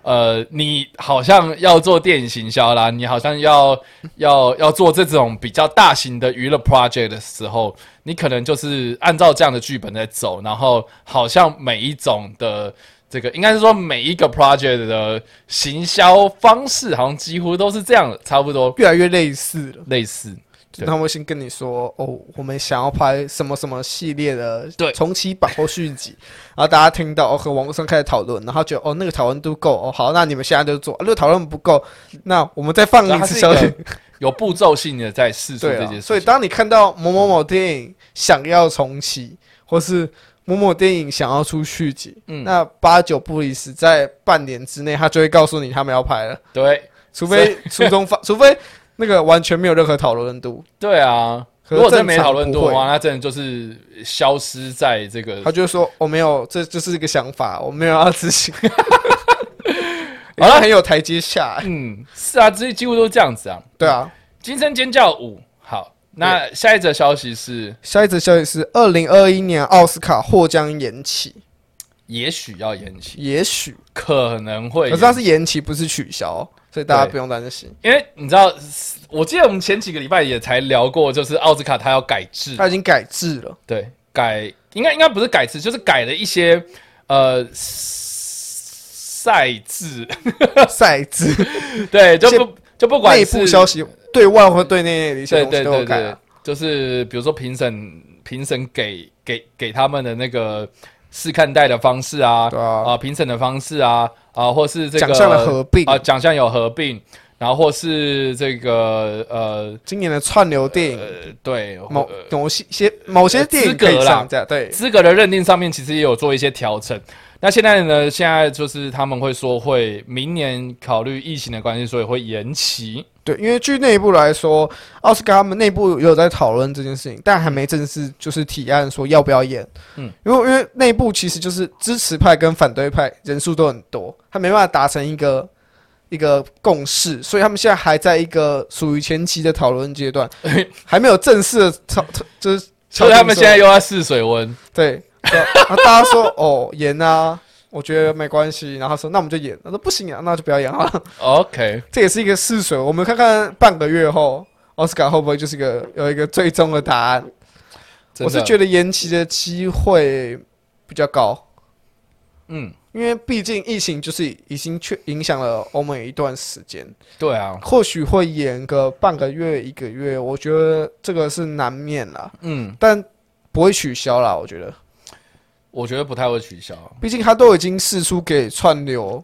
S1: 呃，你好像要做电影行销啦，你好像要 <laughs> 要要做这种比较大型的娱乐 project 的时候，你可能就是按照这样的剧本在走，然后好像每一种的这个，应该是说每一个 project 的行销方式，好像几乎都是这样的，差不多
S2: 越来越类似了，
S1: 类似。
S2: 就他们会先跟你说哦，我们想要拍什么什么系列的
S1: 对
S2: 重启版或续集，然后大家听到哦，和网络上开始讨论，然后觉得哦那个讨论度够哦，好，那你们现在就做，啊如果讨论不够，那我们再放
S1: 对
S2: 一
S1: 它
S2: 次
S1: 是一
S2: 消
S1: 个
S2: 息，
S1: 有步骤性的在试出
S2: 对
S1: 这
S2: 啊
S1: 些，
S2: 所
S1: 事
S2: 以
S1: 情，
S2: 当你看到某某某电影想要重启，或是某某电影想要出续集，
S1: 嗯
S2: 那八九不离十，在半年之内他就会告诉你他们要拍了。
S1: 对
S2: 除非 <laughs> 初中发，除非那个完全没有任何讨论度，
S1: 对啊，
S2: 可
S1: 如
S2: 是
S1: 果真
S2: 正
S1: 没
S2: 常
S1: 讨论
S2: 不
S1: 度的
S2: 会
S1: 话，那真的就是消失在这个
S2: 他。就会说我没有，这就是一个想法，我没有要
S1: <laughs>
S2: 执行。
S1: 好
S2: 好
S1: 了
S2: 了，很有台阶下、
S1: 嗯，是啊，这几乎都是这样子啊。
S2: 对啊，
S1: 惊声尖叫五，好，那下一则消息是，
S2: 下一则消息是二零二一年奥斯卡或将延期，
S1: 也许要延期，
S2: 也许，
S1: 可能会延
S2: 可是
S1: 期，
S2: 它是延期，不是取消，所以大家
S1: 对
S2: 不用担心。
S1: 因为你知道，我记得我们前几个礼拜也才聊过，就是奥斯卡它要改制，
S2: 它已经改制了， <laughs>
S1: 对，改应该应该不是改制，就是改了一些呃赛制， <laughs>
S2: 赛制
S1: 对，就不就不管
S2: 内
S1: 是
S2: 部消息，对外或对内的一些
S1: 对
S2: 东西
S1: 对
S2: 都
S1: 对
S2: 有改
S1: 对
S2: 啊。，
S1: 就是比如说评审评审给给给他们的那个试看待的方式啊，
S2: 对啊
S1: 评审的方式啊，啊，或是这个
S2: 奖项的合并
S1: 啊，奖项有合并，然后或是这个呃
S2: 今年的串流电影，
S1: 呃，对，
S2: 某
S1: 呃
S2: 某些些某些电
S1: 资
S2: 影
S1: 格
S2: 可以
S1: 啦
S2: 上架，对，
S1: 资格的认定上面其实也有做一些调整。那现在呢？现在就是他们会说会明年考虑疫情的关系，所以会延期。
S2: 对，因为据内部来说，奥斯卡他们内部也有在讨论这件事情，但还没正式就是提案说要不要演。
S1: 嗯
S2: 嗯，因为因为内部其实就是支持派跟反对派人数都很多，他没办法达成一个一个共识，所以他们现在还在一个属于前期的讨论阶段，还没有正式的讨，就是
S1: 所以他们现在
S2: 有
S1: 又要试水温。
S2: 对，对然后大家说哦演啊，我觉得没关系，然后他说那我们就演，他说不行啊，那就不要演好了。
S1: OK，
S2: 这也是一个试水，我们看看半个月后奥斯卡会不会就是一个有一个最终的答案。我是
S1: 得
S2: 觉得延期的机会比较高，
S1: 嗯，
S2: 因为毕竟疫情就是已经确影响了欧美一段时间，
S1: 对啊，
S2: 或许会延个半个月、一个月，我觉得这个是难免啦，
S1: 嗯，
S2: 但不会取消啦。我觉得，
S1: 我觉得不太会取消。
S2: 毕竟他都已经试出给串流，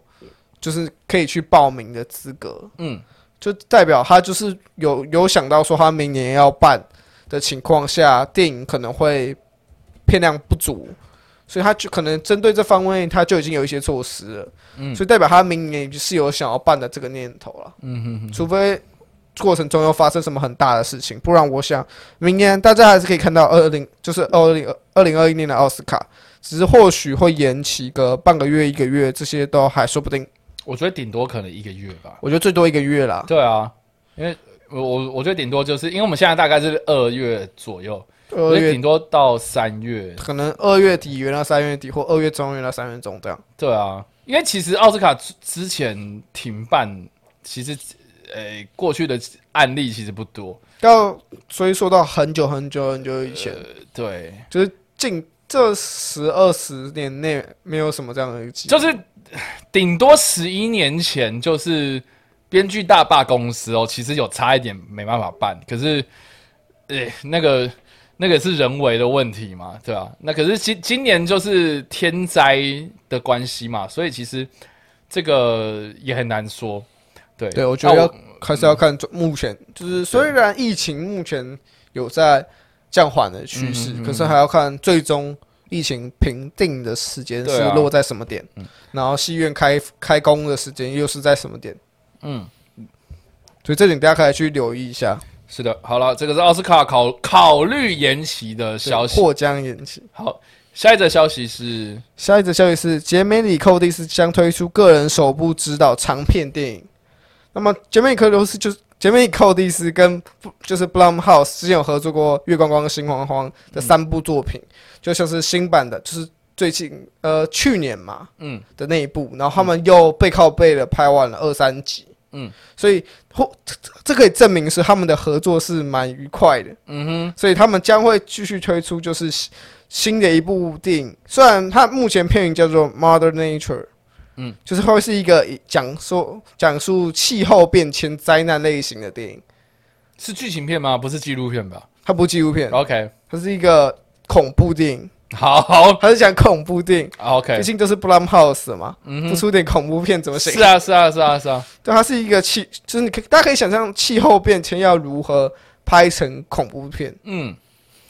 S2: 就是可以去报名的资格，
S1: 嗯，
S2: 就代表他就是有有想到说他明年要办的情况下，电影可能会片量不足，所以他就可能针对这方面他就已经有一些措施了，
S1: 嗯
S2: 所以代表他明年是有想要办的这个念头了，
S1: 嗯哼哼，
S2: 除非。过程中又发生什么很大的事情，不然我想明年大家还是可以看到二零，就是二零二零二一年的奥斯卡，只是或许会延期个半个月、一个月，这些都还说不定。
S1: 我觉得顶多可能一个月吧。
S2: 我觉得最多一个月啦。
S1: 对啊，因为我我我觉得顶多就是因为我们现在大概是二月左右，
S2: 二
S1: 我觉得
S2: 月
S1: 顶多到三月。
S2: 可能二月底原到三月底，或二月中原到三月中这样。
S1: 对啊，因为其实奥斯卡之之前停办，其实呃、过去的案例其实不多。
S2: 要追溯到很久很久很久以前，
S1: 对，
S2: 就是近这十二十年内没有什么这样的一集。
S1: 就是顶多十一年前，就是编剧大坝公司哦，其实有差一点没办法办，可是，诶、那个那个是人为的问题嘛，对啊，那可是今今年就是天灾的关系嘛，所以其实这个也很难说，对，哦
S2: 对，我觉得
S1: 那嗯
S2: 要还是要看中目前，就是虽然疫情目前有在降缓的趋势
S1: 嗯嗯嗯，
S2: 可是还要看最终疫情平定的时间
S1: 对
S2: 是
S1: 啊
S2: 落在什么点，然后戏院开开工的时间又是在什么点，
S1: 嗯。
S2: 所以这点大家可以去留意一下。
S1: 是的，好了，这个是奥斯卡考考虑延期的消息。
S2: 或将延期。
S1: 好，下一则消息是，
S2: 下一则消息是，杰梅里·寇蒂斯将推出个人首部指导长片电影。那么，杰梅里·寇蒂斯就是杰梅里·寇蒂斯跟就是 Blumhouse 之前有合作过《月光光》跟《心慌慌》的三部作品，就像是新版的，就是最近呃去年嘛，
S1: 嗯，
S2: 的那一部，然后他们又背靠背的拍完了二三集，
S1: 嗯，
S2: 所以或这这这可以证明是他们的合作是蛮愉快的，
S1: 嗯
S2: 所以他们将会继续推出就是新新的一部电影，虽然它目前片名叫做《Mother Nature》，
S1: 嗯，
S2: 就是会是一个以讲述讲述气候变迁灾难类型的电影，
S1: 哼，是剧情片吗？不是纪录片吧
S2: 它不是纪录片，
S1: ？OK，
S2: 它是一个恐怖电影，
S1: 好好
S2: 它是讲恐怖电影，
S1: ，OK，
S2: 毕竟都是 Blumhouse 的嘛，
S1: 嗯
S2: 不出点恐怖片怎么行？
S1: 是啊，是啊，是啊，是啊，
S2: 对，它是一个气，就是你可大家可以想象气候变迁要如何拍成恐怖片。
S1: 嗯，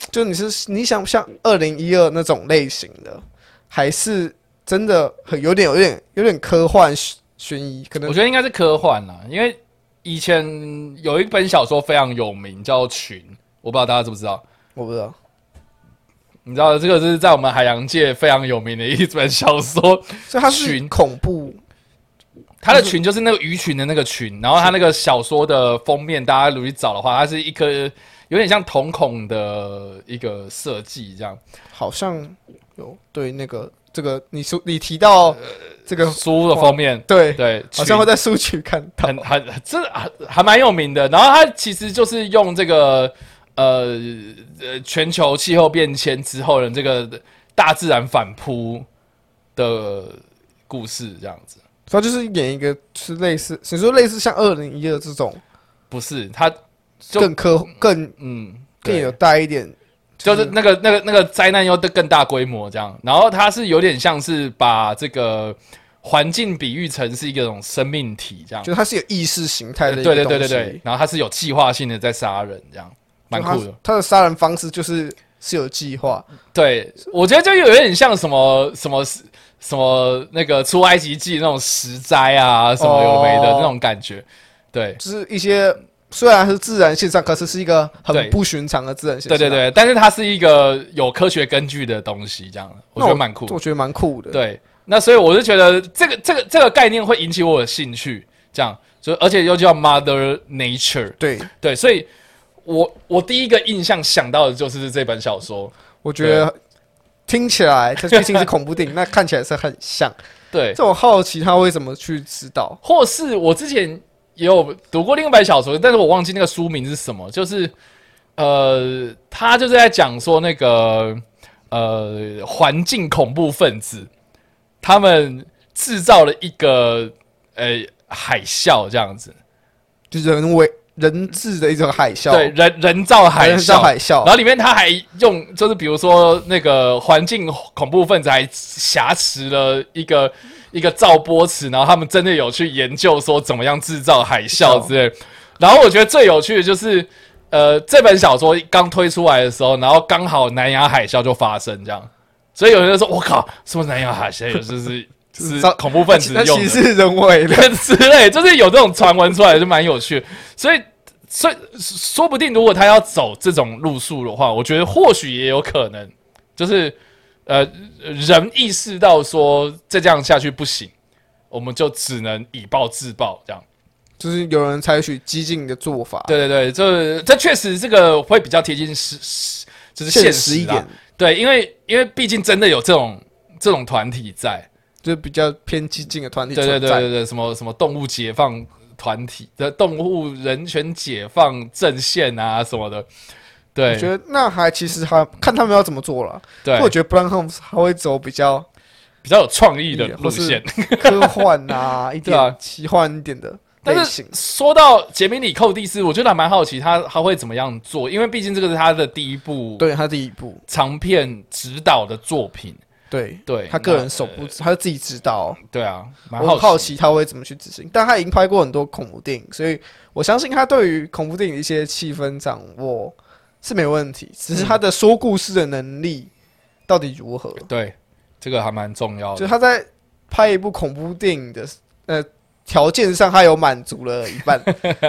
S2: 就你是你想像二零一二那种类型的，还是真的很有点有点有点科幻悬悬疑？可能
S1: 我觉得应该是科幻啦，因为以前有一本小说非常有名，叫《群》，我不知道大家知不知道。
S2: 我不知道，
S1: 你知道这个是在我们海洋界非常有名的一本小说， <laughs>
S2: 所以它是
S1: 群
S2: 恐怖
S1: 它的群就是那个鱼群的那个群，然后它那个小说的封面，大家如去找的话，它是一颗有点像瞳孔的一个设计，这样
S2: 好像有对那个这个你说你提到
S1: 呃
S2: 这个
S1: 书的封面，
S2: 对，
S1: 对，
S2: 哦好像会
S1: 群
S2: 在书局看到
S1: 很很这还还蛮有名的。然后它其实就是用这个呃呃全球气候变迁之后的这个大自然反扑的故事，这样子。
S2: 它就是演一个是类似，你说类似像二零一二这种
S1: 不是它，就
S2: 更科更
S1: 嗯，
S2: 更
S1: 对
S2: 有带一点，
S1: 就是那个那个那个灾难又更大规模这样，然后它是有点像是把这个环境比喻成是一个种生命体这样，
S2: 就它是有意识形态
S1: 对
S2: 的一
S1: 对
S2: 个
S1: 对
S2: 东西，
S1: 对对，然后它是有计划性的在杀人这样，蛮
S2: 就它
S1: 酷的。
S2: 它的杀人方式就是是有计划，
S1: 对，我觉得就有点像什么什么什么那个出埃及记那种石灾啊什么有没的
S2: 哦
S1: 那种感觉，对。
S2: 就是一些虽然是自然现象，可是是一个
S1: 对
S2: 很不寻常的自然现
S1: 对
S2: 象。
S1: 对对，但是它啊是一个有科学根据的东西，这样我
S2: 那
S1: 觉得蛮酷的。
S2: 我觉得蛮酷的。，
S1: 对，那所以我就觉得这个这个这个概念会引起我的兴趣，这样，就而且又叫 Mother Nature，
S2: 对，
S1: 对，所以我我第一个印象想到的就是这本小说，
S2: 我觉得听起来它毕竟是恐怖
S1: <laughs>
S2: 电影，那看起来是很像。
S1: 对，
S2: 这我好奇他为什么去指导，
S1: 或是我之前也有读过另一本小说，但是我忘记那个书名是什么，就是呃，他就是在讲说那个呃环境恐怖分子他们制造了一个呃海啸这样子，
S2: 就人为人质的一种海啸，
S1: 对，人人造海
S2: 人
S1: 啸
S2: 造。海啸
S1: 然，后里面他还用，就是比如说那个环境恐怖分子还挟持了一个一个造波池，然后他们真的有去研究说怎么样制造海啸之类。然后我觉得最有趣的就是，呃，这本小说刚推出来的时候，然后刚好南洋海啸就发生这样，所以有人就说：“我靠，什么南洋海啸？就是
S2: <laughs>
S1: 是
S2: 造
S1: 恐怖分子
S2: 那
S1: 用
S2: 其
S1: 的。”
S2: 实是人为的，
S1: <laughs> 之类，就是有这种传闻出来就蛮有趣。所以，所以说不定如果他要走这种路数的话，我觉得或许也有可能，就是呃，人意识到说再这样下去不行，我们就只能以暴制暴这样。
S2: 就是有人采取激进的做法，
S1: 对对对，这这确实这个会比较贴近实实，就是现
S2: 现
S1: 实
S2: 实一
S1: 啦
S2: 点。，
S1: 对，因为因为毕竟真的有这种这种团体在，
S2: 就比较偏激进的团体
S1: 对
S2: 存
S1: 对
S2: 在。
S1: 对对对，什么什么动物解放团体的动物人权解放阵线啊什么的，
S2: 我觉
S1: 对
S2: 得那还其实还看他们要怎么做了。
S1: 对，
S2: 我觉得 b l a n Holmes 他会走比较
S1: 比较有创意的
S2: 也
S1: 路
S2: 或是
S1: 线。
S2: <laughs> 科幻
S1: <laughs>
S2: 啊，一
S1: 对啊
S2: 点奇幻一点的类
S1: 但是
S2: 型。
S1: 说到杰米里寇蒂斯，我觉得还蛮好奇他他会怎么样做，因为毕竟这个是他的第一部
S2: 对他第一部，
S1: 长片指导的作品，
S2: 对
S1: 对
S2: 他个人手部，他自己指导。
S1: 对啊，蛮
S2: 我好
S1: 好
S2: 奇他会怎么去执行，但他已经拍过很多恐怖电影，所以我相信他对于恐怖电影的一些气氛掌握是没问题，只是他的说故事的能力到底如何？
S1: 对，这个还蛮重要
S2: 就
S1: 的。
S2: 他在拍一部恐怖电影的呃条件上，他有满足了一
S1: <laughs>
S2: 半，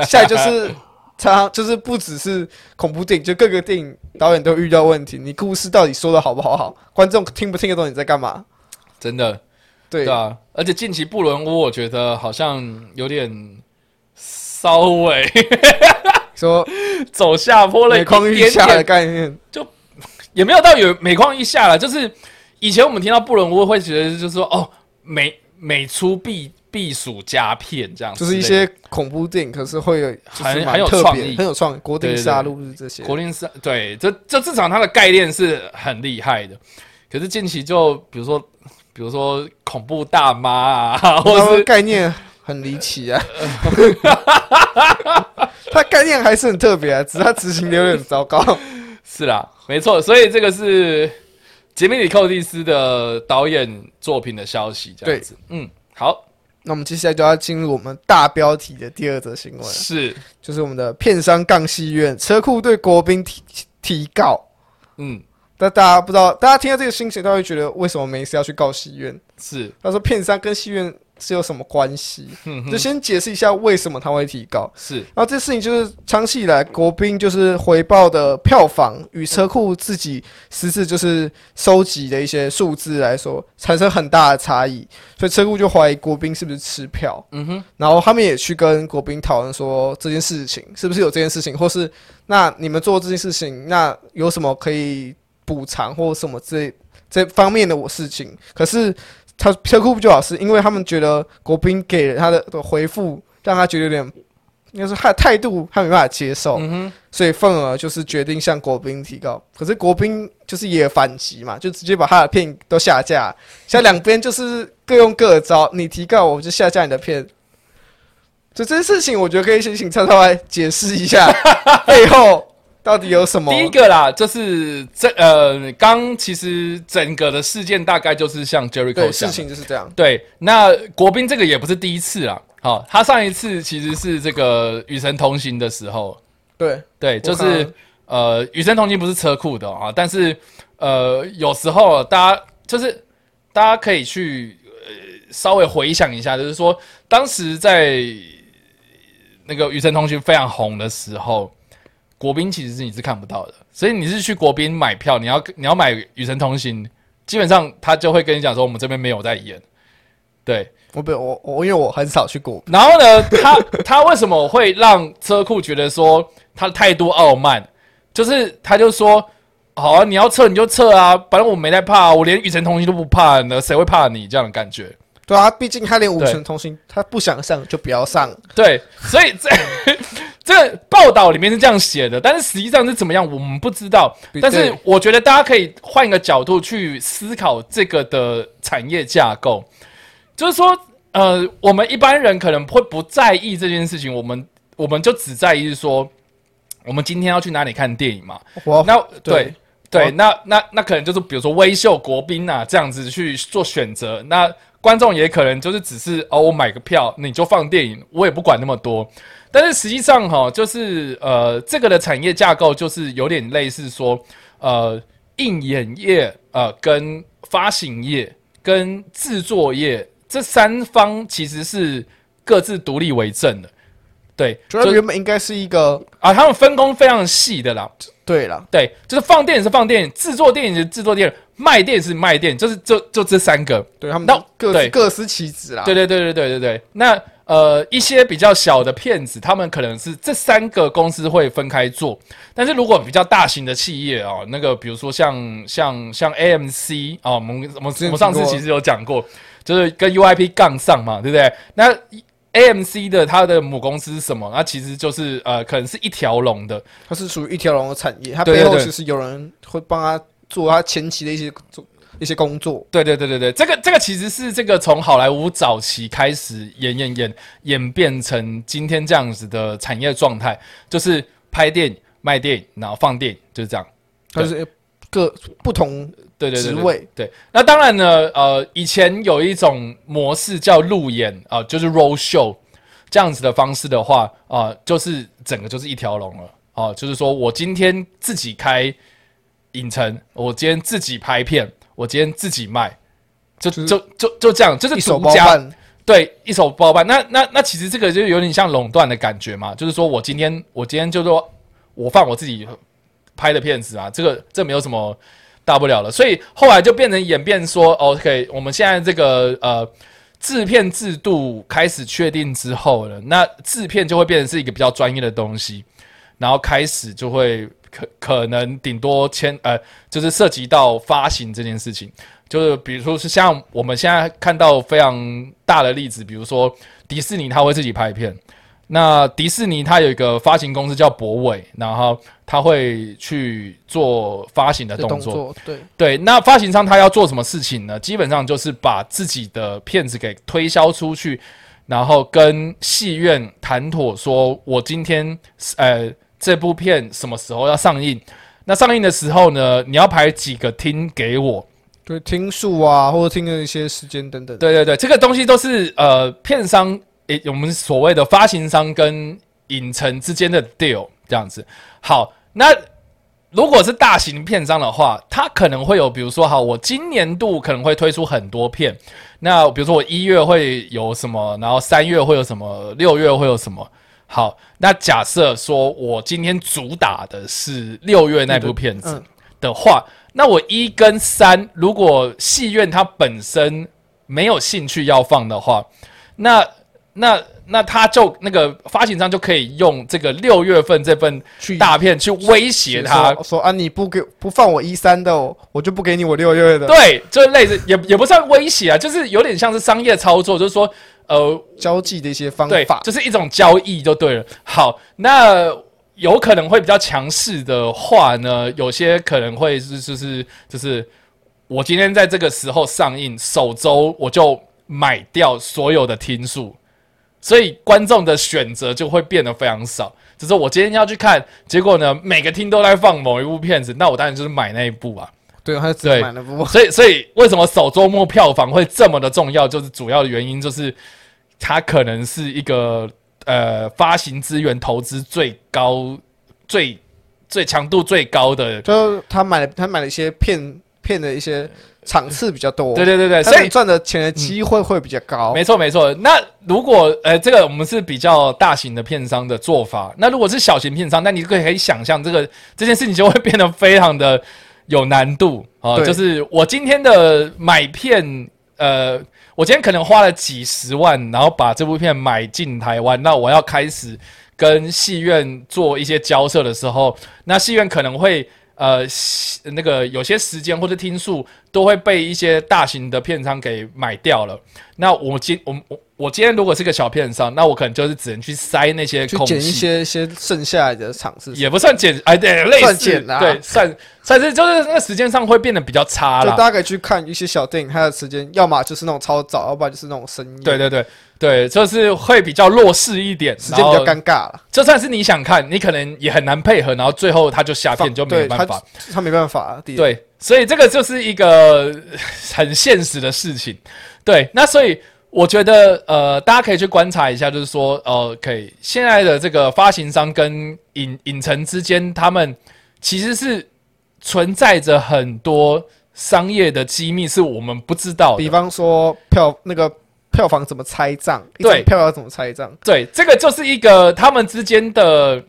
S2: 下来就是他就是不只是恐怖电影，就各个电影导演都遇到问题，你故事到底说的好不好好，观众听不听得懂你在干嘛？
S1: 真的，
S2: 对，
S1: 对啊，而且近期布伦屋，我觉得好像有点稍微
S2: 说
S1: 走下坡了
S2: 每
S1: 一
S2: 况愈
S1: 点
S2: 下的
S1: 点，
S2: 概念，
S1: 也没有到有每况愈下了。就是以前我们听到布伦屋会觉得就是说哦，每每出必必属佳片这样之
S2: 就
S1: 类的，
S2: 是一些恐怖电影，可是会有就是
S1: 很
S2: 蛮
S1: 很有
S2: 特
S1: 创
S2: 别
S1: 意
S2: 很有创意，国定
S1: 对对
S2: 杀戮日这些，
S1: 国定是对，这这至少它的概念是很厉害的。可是近期就比如说，比如说恐怖大妈
S2: <laughs>
S1: 啊，
S2: 然后
S1: 或是
S2: 概念很离
S1: <laughs>
S2: 奇啊。他概念还是很特别啊，只是他执行的有点糟糕。
S1: 是啦，没错，所以这个是杰米里寇蒂斯的导演作品的消息，这样子。嗯，好，
S2: 那我们接下来就要进入我们大标题的第二则新闻了，
S1: 是，
S2: 就是我们的片商杠戏院车库对国宾提提告。
S1: 嗯，
S2: 但大家不知道，大家听到这个心情，他会觉得为什么没事要去告戏院？
S1: 是，
S2: 他说片商跟戏院是有什么关系？
S1: 嗯
S2: 就
S1: 哼，
S2: 先解释一下为什么他会提告。
S1: 是，
S2: 然后这事情就是长期以来国宾就是回报的票房与车库自己实质就是收集的一些数字来说产生很大的差异，所以车库就怀疑国宾是不是吃票。
S1: 嗯哼，
S2: 然后他们也去跟国宾讨论说这件事情是不是有这件事情，或是那你们做这件事情，那有什么可以补偿或什么这这方面的我事情？可是他车库就老师，因为他们觉得国宾给了他的的回复，让他觉得有点，应该是他的态度他没办法接受，
S1: 嗯哼，
S2: 所以份额就是决定向国宾提高。可是国宾就是也反击嘛，就直接把他的片都下架。现在两边就是各用各的招，你提告我就下架你的片。就这件事情，我觉得可以先请超超来解释一下 <laughs> 背后到底有什么。
S1: 第一个啦，就是这呃，刚其实整个的事件大概就是像 Jericho
S2: 对
S1: 讲
S2: 事
S1: 的，
S2: 情就是这样，
S1: 对，那国宾这个也不是第一次啦，好、他上一次其实是这个《与神同行》的时候，
S2: 对，
S1: 对，就
S2: 我看
S1: 是呃，与神同行不是车库的啊，但是呃，有时候大家就是大家可以去呃稍微回想一下，就是说当时在那个与神同行非常红的时候，国宾其实是你是看不到的，所以你是去国宾买票，你要你要买与神同行，基本上他就会跟你讲说我们这边没有在演，对，
S2: 我不我我因为我很少去过，
S1: 然后呢，他他为什么会让车库觉得说他态度傲慢？就是他就说，好啊，你要撤你就撤啊，反正我没在怕、我连雨辰同行都不怕呢，谁会怕你这样的感觉？
S2: 对啊，毕竟他连五
S1: 对 <laughs>
S2: 成通行，他不想上就不要上，
S1: 对，所以这这个报道里面是这样写的，但是实际上是怎么样，我们不知道。
S2: 对
S1: 但是我觉得大家可以换一个角度去思考这个的产业架构，就是说，呃，我们一般人可能会不在意这件事情，我们我们就只在意说，我们今天要去哪里看电影嘛？
S2: 我
S1: 那对
S2: 哦对
S1: 对
S2: 我，
S1: 那那那可能就是比如说微秀、国宾啊这样子去做选择，那观众也可能就是只是哦，我买个票你就放电影，我也不管那么多。但是实际上哈、就是呃，这个的产业架构就是有点类似说，呃，映演业呃跟发行业跟制作业这三方其实是各自独立为政的，对，
S2: 觉得
S1: 就
S2: 原本应该是一个
S1: 啊，他们分工非常细的啦。
S2: 对啦，
S1: 对，就是放电影是放电影，制作电影是制作电影，卖电影是卖电影，就是就就这三个。
S2: 对他们
S1: 那对
S2: 各各司其职啦。
S1: 对对对对对对对。那呃，一些比较小的片子，他们可能是这三个公司会分开做，但是如果比较大型的企业哦，那个比如说像像像 AMC 哦，我们我们
S2: 之前
S1: 我们上次
S2: 听过
S1: 其实有讲过，就是跟 UIP 杠上嘛，对不对？那 AMC 的它的母公司是什么？那其实就是呃，可能是一条龙的，
S2: 它是属于一条龙的产业，它
S1: 对对
S2: 背后
S1: 对
S2: 其实有人会帮他做他前期的一些做一些工作。
S1: 对对对对对，这个这个其实是这个从好莱坞早期开始演演演演变成今天这样子的产业状态，就是拍电影、卖电影，然后放电影，就是这样。
S2: 它
S1: 对
S2: 就是各不同
S1: 对对对
S2: 职
S1: 对
S2: 位，
S1: 对，那当然呢，呃，以前有一种模式叫路演啊、就是 roll show 这样子的方式的话，啊、就是整个就是一条龙了，哦、就是说我今天自己开影城，我今天自己拍片，我今天自己卖，就
S2: 就是
S1: 就就就这样，就是
S2: 一手
S1: 独
S2: 包
S1: 家
S2: 办。
S1: 对，一手包办。那那那其实这个就有点像垄断的感觉嘛，就是说我今天我今天就说我放我自己拍的片子啊，这个这没有什么大不了了。所以后来就变成演变说，OK，我们现在这个呃制片制度开始确定之后呢，那制片就会变成是一个比较专业的东西，然后开始就会可可能顶多签呃，就是涉及到发行这件事情。就是比如说是像我们现在看到非常大的例子，比如说迪士尼它会自己拍片，那迪士尼它有一个发行公司叫博伟，然后它会去做发行的
S2: 的
S1: 动
S2: 动
S1: 作。
S2: 作，对，
S1: 对，那发行商他要做什么事情呢？基本上就是把自己的片子给推销出去，然后跟戏院谈妥，说我今天呃这部片什么时候要上映？那上映的时候呢，你要排几个厅给我？
S2: 就是听数啊，或者听的一些时间等等。
S1: 对对对，这个东西都是呃片商，诶，我们所谓的发行商跟影城之间的 deal 这样子。好，那如果是大型片商的话，它可能会有，比如说，好，我今年度可能会推出很多片，那比如说我一月会有什么，然后三月会有什么，六月会有什么。好，那假设说我今天主打的是六月那部片子，
S2: 嗯，
S1: 的话，那我一跟三，如果戏院它本身没有兴趣要放的话，那那那他就那个发行商就可以用这个六月份这份
S2: 去
S1: 大片去威胁他
S2: 说，说啊，你不给不放我一三的，哦我就不给你我六月的哦
S1: 对，就是类似也也不算威胁啊，就是有点像是商业操作，就是说，呃，
S2: 交际的一些方
S1: 对
S2: 法，。
S1: 就是一种交易就对了。好，那有可能会比较强势的话呢，有些可能会是就是就是我今天在这个时候上映，首周我就买掉所有的听数，所以观众的选择就会变得非常少。就是我今天要去看，结果呢，每个厅都在放某一部片子，那我当然就是买那一部啊。
S2: 对，他就只
S1: 对
S2: 买了不
S1: 所以，所以为什么首周末票房会这么的重要？就是主要的原因就是它可能是一个呃发行资源投资最高、最最强度最高的。
S2: 就是他买了，他买了一些片片的一些场次比较多，
S1: 对对对对，
S2: 哦他
S1: 所
S2: 能
S1: 以嗯
S2: 赚的钱的机会会比较高。
S1: 没错没错。那如果呃这个我们是比较大型的片商的做法，那如果是小型片商，那你可以可以想象这个这件事情就会变得非常的有难度啊、
S2: 对
S1: 就是我今天的买片，呃，我今天可能花了几十万，然后把这部片买进台湾，那我要开始跟戏院做一些交涉的时候，那戏院可能会呃西那个有些时间或者听数都会被一些大型的片商给买掉了。那我今我我我今天如果是个小片商，那我可能就是只能去塞那些
S2: 去
S1: 空
S2: 捡一
S1: 隙。
S2: 些一些剩下来的场次，
S1: 也不算减，哎，对，类
S2: 算
S1: 似
S2: 减啊
S1: 对，算算是就是那个时间上会变得比较差
S2: 就
S1: 啦。
S2: 大家可以去看一些小电影，它的时间要么就是那种超早，要不然就是那种深夜，
S1: 对，对对对，就是会比较弱势一点，
S2: 时间比
S1: 然
S2: 较
S1: 后
S2: 尴尬了，
S1: 就算是你想看，你可能也很难配合，然后最后他就下片
S2: 放
S1: 就没有办法。
S2: 对他他没办法，第一，
S1: 对，所以这个就是一个 <laughs> 呃很现实的事情。对，那所以我觉得呃，大家可以去观察一下，就是说呃，可以现在的这个发行商跟影影城之间，他们其实是存在着很多商业的机密，是我们不知道
S2: 比
S1: 的。
S2: 方说票那个票房怎么拆账，一
S1: 对
S2: 张票要怎么拆账，
S1: 对，这个就是一个他们之间的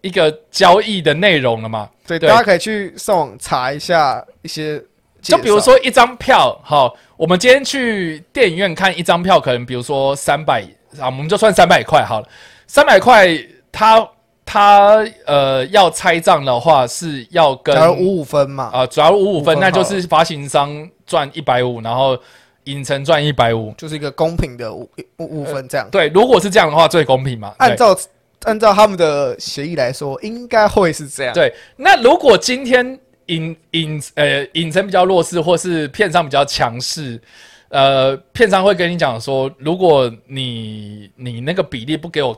S1: 一个交易的内容了嘛。
S2: 对，
S1: 对
S2: 大家可以去上网查一下一些介
S1: 就
S2: 绍，
S1: 比如说一张票，好，我们今天去电影院看一张票，可能比如说三百啊，我们就算三百块好了。三百块，它它呃要拆账的话是要跟
S2: 假如五五分嘛，
S1: 啊，假如五五分，
S2: 五分
S1: 那就
S2: 好
S1: 是发行商赚一百五，然后影城赚一百五。
S2: 就是一个公平的五五五分这样，
S1: 呃对，如果是这样的话，最公平嘛。对
S2: 按照按照他们的协议来说，应该会是这样，
S1: 对，那如果今天影影呃影城比较弱势，或是片商比较强势，呃，片商会跟你讲说，如果你你那个比例不给我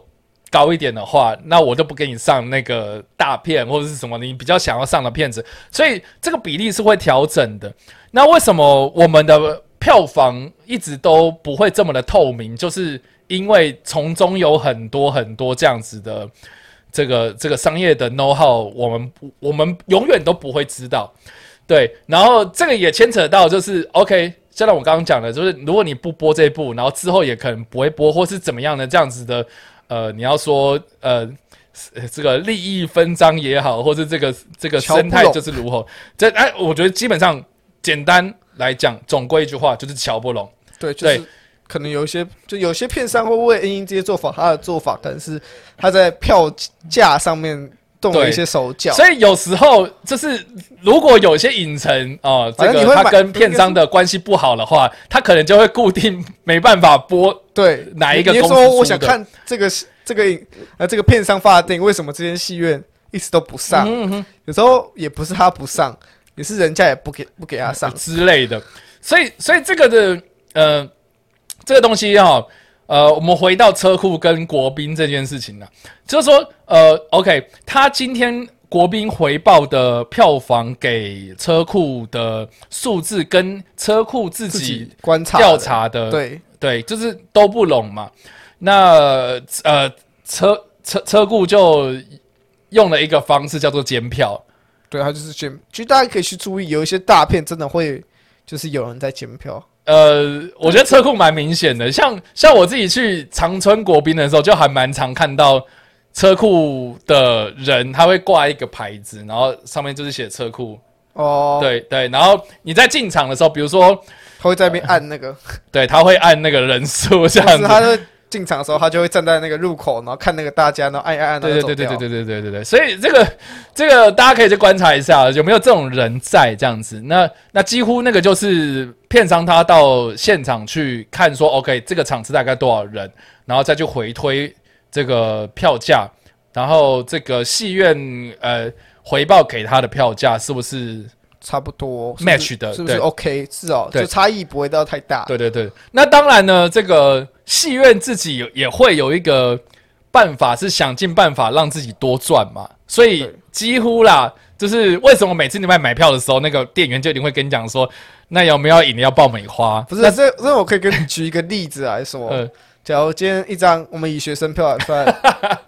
S1: 高一点的话，那我就不给你上那个大片或者是什么你比较想要上的片子，所以这个比例是会调整的。那为什么我们的票房一直都不会这么的透明？就是因为从中有很多很多这样子的这个这个商业的 know how，我们不我们永远都不会知道。对，然后这个也牵扯到就是 OK，就像我刚刚讲的，就是如果你不播这一部，然后之后也可能不会播，或是怎么样的这样子的，呃，你要说呃。呃这个利益分赃也好，或是这个这个
S2: 瞧不
S1: 生态
S2: 拢
S1: 就是如何，这哎，我觉得基本上简单来讲，总归一句话就是瞧不拢。
S2: 对，就是可能有一些，就有些片商会为因应这些做法，他的做法可能是他在票价上面动了
S1: 对
S2: 一些手脚。
S1: 所以有时候就是，如果有些影城啊、呃
S2: 反
S1: 这
S2: 正你
S1: 个
S2: 会
S1: 他
S2: 买
S1: 跟片商的关系不好的话，他可能就会固定没办法播。
S2: 对，
S1: 哪一个
S2: 你你
S1: 公司
S2: 说
S1: 出
S2: 我想
S1: 的
S2: 看这个这个影呃这个片商发的电影，为什么这间戏院一直都不上？
S1: 嗯哼
S2: 有时候也不是他不上，也是人家也不给不给他上。
S1: 之类的。所以，所以这个的呃，这个东西哈、呃，我们回到车库跟国宾这件事情呢、就是说，呃，OK，他今天国宾回报的票房给车库的数字，跟车库自
S2: 自己
S1: 己
S2: 观察
S1: 调
S2: 的，
S1: 查的
S2: 对，
S1: 对，就是都不拢嘛。那呃，车车车库就用了一个方式叫做监票，
S2: 对，他就是监，其实大家可以去注意，有一些大片真的会就是有人在监票。
S1: 呃，我觉得车库蛮明显的，像像我自己去长春国宾的时候，就还蛮常看到车库的人，他会挂一个牌子，然后上面就是写车库，
S2: 哦，，
S1: 对对，然后你在进场的时候，比如说，
S2: 他会在那边按那个，
S1: <laughs> 对，他会按那个人数这
S2: 就
S1: 样
S2: 是
S1: 子，
S2: 他就进场的时候，他就会站在那个入口，然后看那个大家，然后按一按按，
S1: 对
S2: 然后
S1: 对对对
S2: 走
S1: 对
S2: 掉
S1: 对对对对对，所以这个这个大家可以去观察一下，有没有这种人在这样子。那那几乎那个就是片商他到现场去看说，OK 这个场次大概多少人，然后再去回推这个票价，然后这个戏院呃回报给他的票价是不是
S2: 差不多是不是
S1: match 的？
S2: 是不
S1: 对
S2: 是 OK？至少
S1: 对
S2: 就差异不会到太大。
S1: 对对对，那当然呢，这个戏院自己有也会有一个办法，是想尽办法让自己多赚嘛。所以
S2: 对
S1: 几乎啦，就是为什么每次你买买票的时候，那个店员就一定会跟你讲说，那有没有饮料爆米花？
S2: 不是，这这我可以给你举一个例子啊来说。
S1: 呃，
S2: 假如今天一张，我们以学生票
S1: <laughs>
S2: 来算，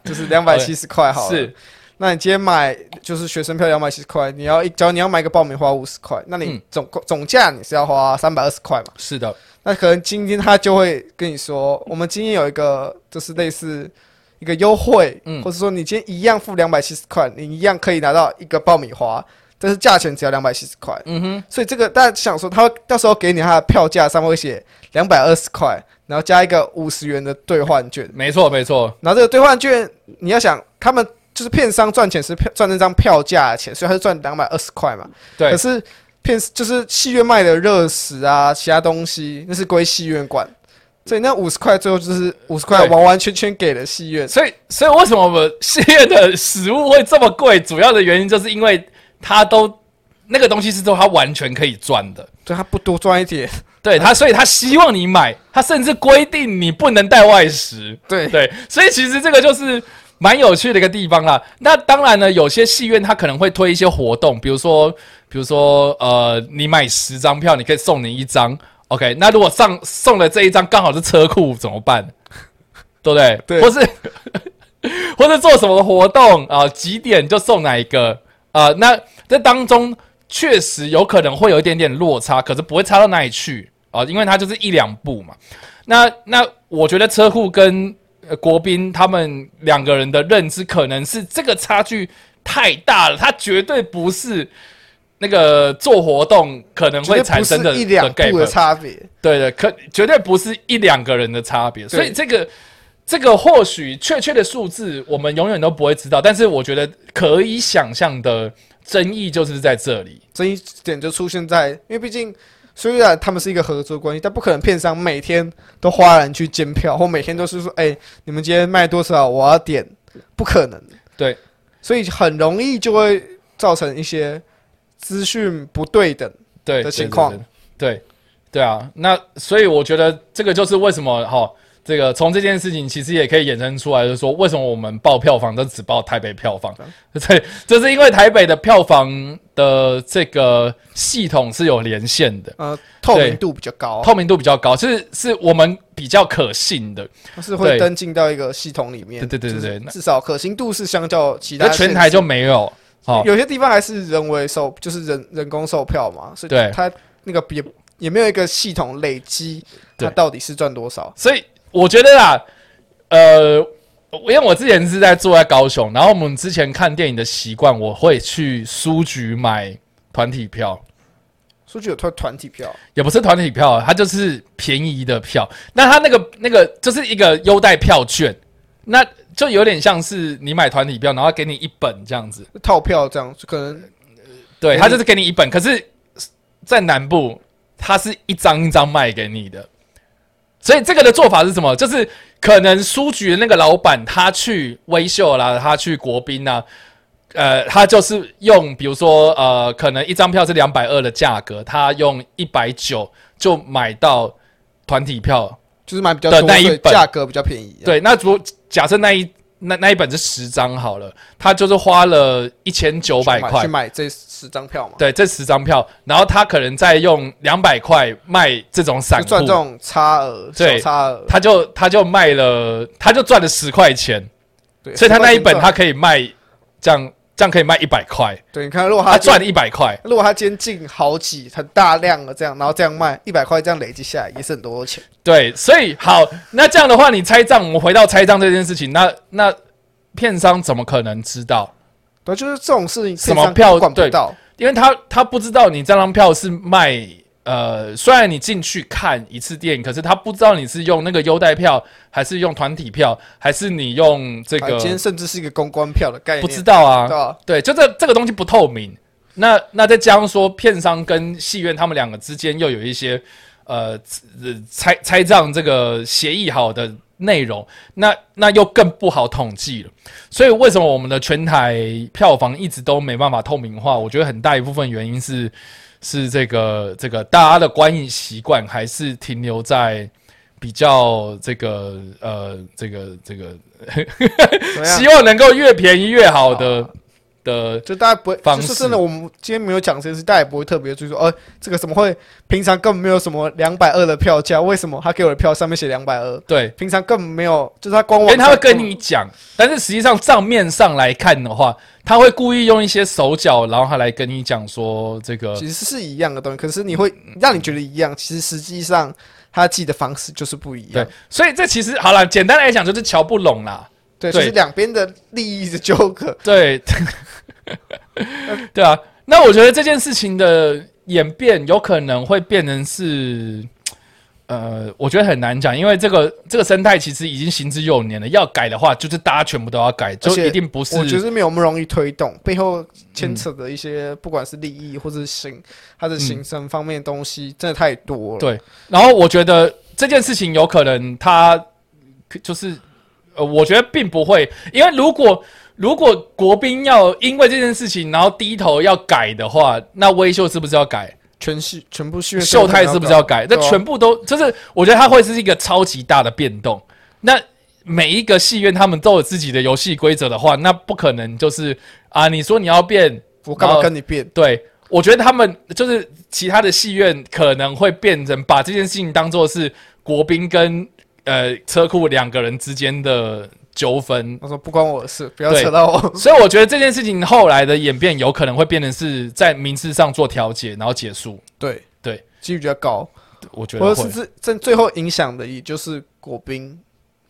S2: 就是两百七十块好了。
S1: 是，
S2: 那你今天买就是学生票两百七十块，你要一，假如你要买个爆米花五十块，那你
S1: 嗯
S2: 总共、总价你是要花三百二十块嘛？
S1: 是的，
S2: 那可能今天他就会跟你说，我们今天有一个就是类似一个优惠，
S1: 嗯
S2: 或者说你今天一样付两百七十块，你一样可以拿到一个爆米花，但是价钱只要两百七十块。
S1: 嗯哼，
S2: 所以这个大家想说，他到时候给你他的票价上面会写两百二十块，然后加一个五十元的兑换券，
S1: 没错没错，
S2: 然后这个兑换券你要想，他们就是片商赚钱是票赚那张票价的钱，所以他是赚两百二十块嘛。
S1: 对
S2: 可是片就是戏院卖的热食啊，其他东西那是归戏院管，所以那五十块最后就是五十块
S1: 对
S2: 完完全全给了戏院。
S1: 所以，所以为什么我们戏院的食物会这么贵？主要的原因就是因为它都那个东西是说它完全可以赚的，
S2: 对他不多赚一点，
S1: 对它，所以它希望你买，它甚至规定你不能带外食。
S2: <laughs> 对
S1: 对，所以其实这个就是蛮有趣的一个地方啦。那当然呢，有些戏院它可能会推一些活动，比如说，比如说，呃，你买十张票，你可以送你一张。OK，那如果上送了这一张刚好是车库怎么办？对不对？
S2: 对
S1: 或是 <laughs> 或是做什么活动啊、几点就送哪一个啊、那这当中确实有可能会有一点点落差，可是不会差到哪里去啊、因为它就是一两步嘛。那那我觉得车库跟、呃、国宾他们两个人的认知可能是这个差距太大了，他绝对不是那个做活动可能会
S2: 绝对
S1: 产
S2: 不
S1: 生的
S2: 是一两步
S1: gap
S2: 的差别。
S1: 对的，可绝对不是一两个人的差别，所以这个这个或许确切的数字我们永远都不会知道，但是我觉得可以想象的争议就是在这里。
S2: 争议点就出现在，因为毕竟虽然他们是一个合作关系，但不可能片商每天都花人去监票，或每天都是说，哎、你们今天卖多少，我要点，不可能。
S1: 对，
S2: 所以很容易就会造成一些资讯不对等。
S1: 对
S2: 的情况，
S1: 对对对对啊，那所以我觉得这个就是为什么哈、这个从这件事情其实也可以衍生出来，就是说为什么我们报票房都只报台北票房？ <laughs> 对，就是因为台北的票房的这个系统是有连线的，
S2: 呃，透明度比较高，
S1: 透明度比较高，是是我们比较可信的。
S2: 它是会
S1: 对
S2: 登进到一个系统里面。
S1: 对对对对
S2: 就是
S1: 对
S2: 至少可信度是相较其他
S1: 那全台
S2: 县市
S1: 就没有，好、
S2: 有些地方还是人为售，就是人人工售票嘛，所
S1: 对
S2: 以它那个也也没有一个系统累积，它
S1: 对
S2: 到底是赚多少？
S1: 所以我觉得啦，呃，因为我之前是在住在高雄，然后我们之前看电影的习惯，我会去书局买团体票，
S2: 数据有团团体票，
S1: 也不是团体票，它就是便宜的票。那它那个那个就是一个优待票券，那就有点像是你买团体票，然后给你一本这样子。
S2: 套票这样，可能
S1: 对，
S2: 给
S1: 他
S2: 你
S1: 就是给你一本，可是，在南部，他是一张一张卖给你的。所以这个的做法是什么？就是可能书局的那个老板，他去微秀啦，他去国宾啦，呃，他就是用，比如说，呃，可能一张票是两百二的价格，他用一百九就买到团体票，
S2: 就是买比较
S1: 对
S2: 多，
S1: 那一
S2: 所以
S1: 本
S2: 价格比较便宜。，
S1: 对，那如果假设那一那那一本是十张好了，他就是花了一千九百块
S2: 去，买这十张票嘛，
S1: 对，这十张票，然后他可能再用两百块卖这种散
S2: 就赚这
S1: 户，
S2: 种差额，小
S1: 对
S2: 差额。
S1: 他就他就卖了，他就赚了十块钱，
S2: 对，
S1: 所以他那一本
S2: 赚
S1: 他可以卖，这样这样可以卖一百块，
S2: 对，你看，如果
S1: 他
S2: 他
S1: 赚
S2: 赚，
S1: 了一百块，
S2: 如果他今天进好几很大量的这样，然后这样卖一百块，这样累积下来也是很多钱。
S1: 对，所以好，那这样的话，你拆账，我们回到拆账这件事情，那那片商怎么可能知道？
S2: 对，就是这种事情，
S1: 什么
S2: 电商
S1: 票
S2: 管不
S1: 对
S2: 到，
S1: 因为他他不知道你这张票是卖呃，虽然你进去看一次电影，可是他不知道你是用那个优待票，还是用团体票，还是你用这
S2: 啊
S1: 个
S2: 今天甚至是一个公关票的概念，
S1: 不知道
S2: 对
S1: 啊。
S2: 吧？
S1: 对，就这这个东西不透明。那那再加上说，片商跟戏院他们两个之间又有一些呃呃拆拆账这个协议好的内容，那那又更不好统计了。所以为什么我们的全台票房一直都没办法透明化？我觉得很大一部分原因是是这个这个大家的观影习惯还是停留在比较这个呃这个这个
S2: 怎么样
S1: 希？望能够越便宜越好的、
S2: 啊
S1: 的，
S2: 就大家不会，
S1: 方
S2: 就
S1: 式
S2: 是真的，我们今天没有讲这件事，大家也不会特别注意说，呃，这个怎么会平常根本没有什么两百二的票价，为什么他给我的票上面写两百二？
S1: 对，
S2: 平常根本没有，就是他官
S1: 因
S2: 网
S1: 为
S2: 上
S1: 他会跟你讲，但是实际上账面上来看的话，他会故意用一些手脚，然后他来跟你讲说这个
S2: 其实是一样的东西，可是你会让你觉得一样，其实实际上他记的方式就是不一
S1: 对
S2: 样，，
S1: 所以这其实好了，简单来讲就是瞧不拢啦，
S2: 对，
S1: 对
S2: 就是两边的利益的纠葛，
S1: 对， <laughs> 对啊。那我觉得这件事情的演变有可能会变成是，呃，我觉得很难讲，因为这个这个生态其实已经行之有年了。要改的话，就是大家全部都要改，就
S2: 而且
S1: 一定不是嗯
S2: 我觉得没有那么容易推动，背后牵扯的一些、不管是利益或是行它的行程方面的东西，真的太多了。
S1: 对然后我觉得这件事情有可能他就是呃，我觉得并不会，因为如果如果国宾要因为这件事情然后低头要改的话，那威秀是不是要改？
S2: 全系全部戏院
S1: 秀泰是不是要改？那
S2: 对啊
S1: 全部都就是，我觉得它会是一个超级大的变动。那每一个戏院他们都有自己的游戏规则的话，那不可能就是啊，你说你要变，
S2: 我干嘛跟你变？
S1: 对，我觉得他们就是其他的戏院可能会变成把这件事情当做是国宾跟呃车库两个人之间的纠纷。
S2: 我说不关我的事，不要
S1: 对
S2: 扯到我。
S1: 所以我觉得这件事情后来的演变有可能会变成是在民事上做调解，然后结束。
S2: 对
S1: 对，
S2: 几率比较高，
S1: 我觉
S2: 或
S1: 得
S2: 者
S1: 会
S2: 是。最最最后影响的，也就是国宾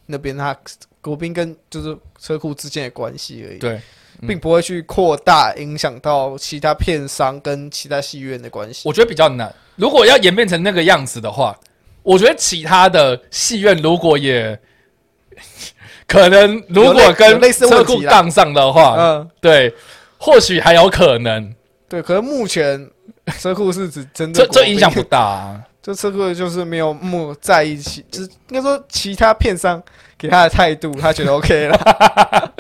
S2: 那边他国宾跟就是车库之间的关系而已。
S1: 对，嗯
S2: 并不会去扩大影响到其他片商跟其他戏院的关系。
S1: 我觉得比较难。如果要演变成那个样子的话，我觉得其他的戏院如果也 <laughs> 可能，如
S2: 有
S1: 果
S2: 类有
S1: 跟
S2: 类似问
S1: 车
S2: 题
S1: 库
S2: 啦
S1: 杠上的话，
S2: 嗯，
S1: 对，或许还有可能。
S2: 对。可是目前车库是只针对
S1: 这这
S2: 国宾
S1: 影响不，大、啊。
S2: <laughs>
S1: <laughs>
S2: 这车库就是没有目在一起，就是应该说其他片商给他的态度，他觉得 OK 了。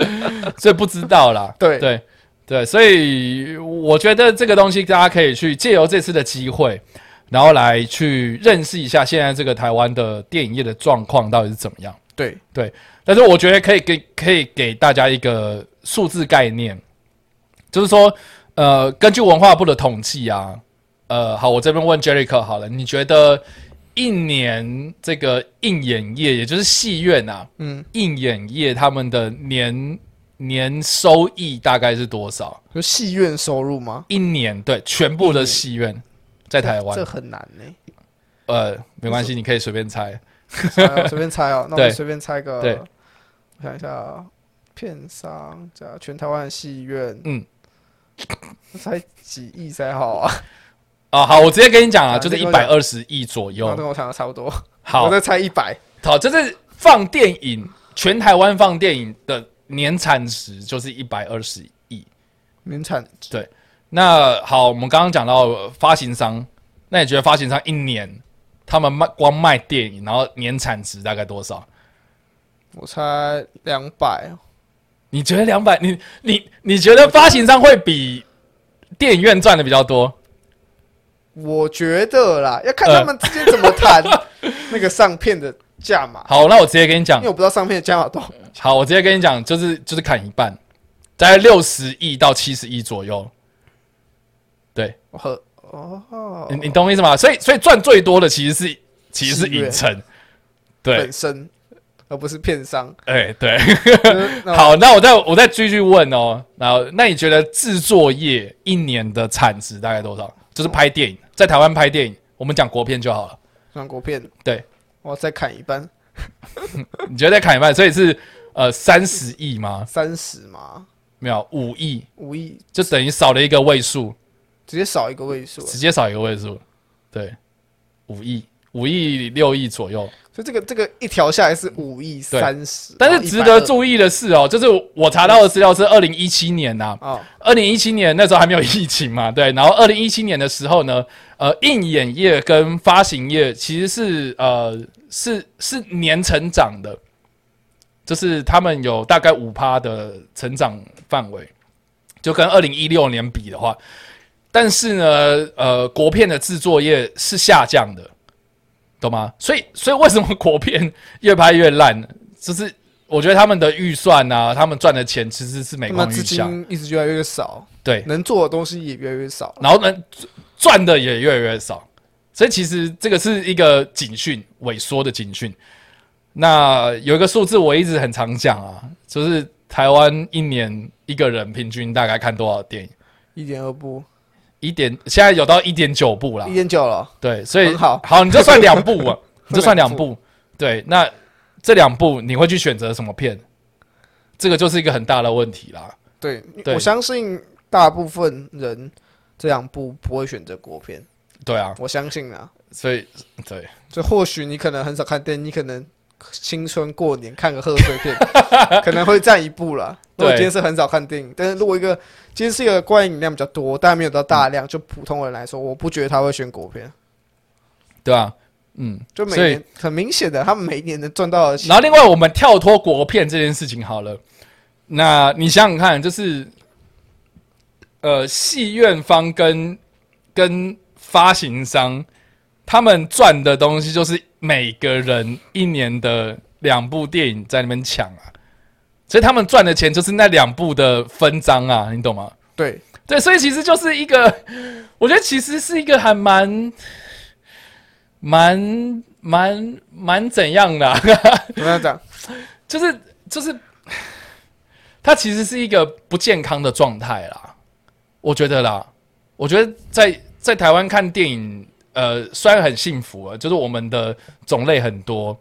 S1: 所以不知道啦。
S2: 对
S1: 对对，所以我觉得这个东西大家可以去借由这次的机会，然后来去认识一下现在这个台湾的电影业的状况到底是怎么样。
S2: 对，
S1: 但是我觉得可以给可以给大家一个数字概念，就是说，呃，根据文化部的统计啊，呃，好，我这边问 Jericho 好了，你觉得一年这个映演业，也就是戏院啊，
S2: 嗯，
S1: 映演业他们的年年收益大概是多少？
S2: 就戏院收入吗？
S1: 一年对，全部的戏院在台
S2: 这
S1: 湾，
S2: 很难呢、
S1: 呃，没关系，你可以随便猜，
S2: 猜哦随便猜
S1: <laughs>
S2: 哦，那我
S1: 对
S2: 们随便猜个，
S1: 对
S2: 我想一下啊，片商加全台湾的戏院，
S1: 嗯，
S2: 才几亿才好啊？
S1: 啊，好，我直接跟你讲啊，
S2: 啊
S1: 就是
S2: 你
S1: 一
S2: 跟我
S1: 百
S2: 讲
S1: 二十亿左右
S2: 那，跟我想的差不多，
S1: 好，
S2: 我再猜一百，
S1: 好，就是放电影，全台湾放电影的年产值就是一百二十亿。
S2: 年产
S1: 那好，我们刚刚讲到呃发行商，那你觉得发行商一年他们卖光卖电影，然后年产值大概多少？
S2: 我猜两百，
S1: 你觉得两百？你你你觉得发行商会比电影院赚的比较多？
S2: 我觉得啦，要
S1: 呃
S2: 看他们之间怎么谈那个上片的价码，
S1: 好，那我直接跟你
S2: 因
S1: 讲
S2: 为，我不知道上片的价码多少。
S1: 好，我直接跟你讲，就是就是砍一半，大概六十亿到七十亿左右。
S2: 和哦，
S1: 你你懂我意思吗？所以所以赚最多的其实是其实是影城，对
S2: 本，身而不是
S1: <laughs>
S2: 片商。
S1: 哎对。
S2: 就是那种
S1: 好，那我再我再继续问哦。然后那你觉得制作业一年的产值大概多少？就是拍电影，在台湾拍电影，我们讲国片就好了。
S2: 韩国片，
S1: 对，
S2: 我再砍一半，
S1: 你觉得在砍一半，所以是呃三十亿吗？
S2: 三十嘛，
S1: 没有，五亿，
S2: 五亿
S1: 就等于少了一个位数，
S2: 直接少一个位数，
S1: 直接少一个位数。对，五亿，五亿六亿左右。
S2: 所以这个这个一条下来是五亿
S1: 对
S2: 三十，
S1: 但是值得注意的是哦，就是我查到的资料是二零一七年呐、
S2: 啊、哦，
S1: 二零一七年那时候还没有疫情嘛， <laughs> 对。然后二零一七年的时候呢，呃，映演业跟发行业其实是呃是是年成长的，就是他们有大概五趴的成长范围，就跟二零一六年比的话，但是呢，呃，国片的制作业是下降的，懂吗？所以所以为什么国片越拍越烂？就是我觉得他们的预算啊，他们赚的钱其实是每
S2: 那么
S1: 况
S2: 资
S1: 愈哎下。
S2: 金一直越来越少，
S1: 对，
S2: 能做的东西也越来越少。
S1: 然后呢赚赚的也越来越少，所以其实这个是一个警讯，萎缩的警讯。那有一个数字我一直很常讲啊，就是台湾一年一个人平均大概看多少电影？
S2: 一点二部，
S1: 一点现在有到一点九部啦
S2: 一，点九了，
S1: 对，所以
S2: 很好
S1: 好，你就算两部啊，你就算两部，对，那这两部你会去选择什么片？这个就是一个很大的问题啦。
S2: 对，
S1: 对
S2: 我相信大部分人这两部不会选择国片，
S1: 对啊，
S2: 我相信啊，
S1: 所以对，
S2: 所以或许你可能很少看电影，你可能青春过年看个贺岁片，可能会占一步了。如果
S1: 对
S2: 今天是很少看电影，但是如果一个今天是一个观影量比较多，但没有到大量，就普通人来说，我不觉得他会选国片。
S1: 对啊，嗯，
S2: 就每
S1: 所以
S2: 年很明显的，他们每一年能赚到的钱，
S1: 然后另外我们跳脱国片这件事情好了，那你想想看，就是呃，戏院方跟跟发行商他们赚的东西，就是每个人一年的两部电影在那边抢啊，所以他们赚的钱就是那两部的分赃啊，你懂吗？
S2: 对，
S1: 对，所以其实就是一个，我觉得其实是一个还蛮蛮蛮蛮怎样的啊、
S2: 怎么样讲？
S1: 就是就是，它其实是一个不健康的状态啦，我觉得啦，我觉得在在台湾看电影，呃，虽然很幸福啊，就是我们的种类很多，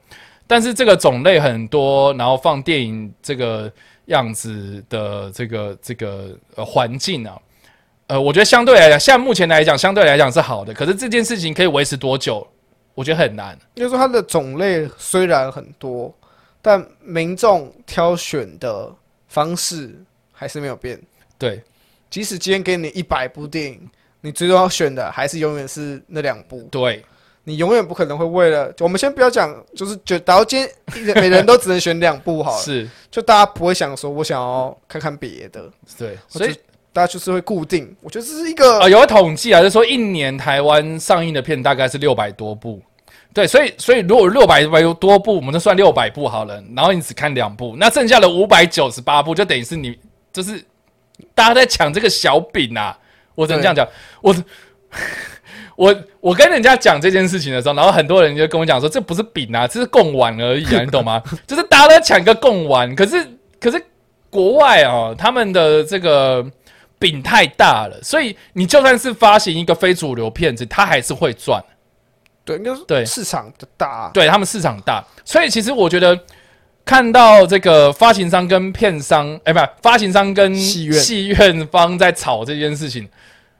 S1: 但是这个种类很多，然后放电影这个样子的这个这个呃环境啊。呃，我觉得相对来讲，现在目前来讲，相对来讲是好的。可是这件事情可以维持多久？我觉得很难。
S2: 就是说它的种类虽然很多，但民众挑选的方式还是没有变。
S1: 对，
S2: 即使今天给你一百部电影，你最终要选的还是永远是那两部。
S1: 对，
S2: 你永远不可能会为了我们先不要讲，就是就打到今天一人，每人都只能选两部好
S1: <laughs>
S2: 了，
S1: 是，
S2: 就大家不会想说我想要看看别的，
S1: 对。
S2: 我
S1: 所以
S2: 就大家就是会固定。我觉得这是一个、
S1: 呃，有个统计啊，就是说一年台湾上映的片大概是六百多部，对，所以所以如果六百多部，我们就算六百部好了，然后你只看两部，那剩下的五百九十八部就等于是你就是大家在抢这个小饼啊，我只能这样讲，我。我我跟人家讲这件事情的时候，然后很多人就跟我讲说，这不是饼啊，这是贡丸而已啊，你懂吗？ <laughs> 就是大家都在抢一个贡丸，可是可是国外哦，他们的这个饼太大了，所以你就算是发行一个非主流片子，它还是会赚。
S2: 对，应该说
S1: 对
S2: 市场的大，
S1: 对他们市场大，所以其实我觉得看到这个发行商跟片商，哎，不，发行商跟
S2: 戏院
S1: 戏院方在吵这件事情，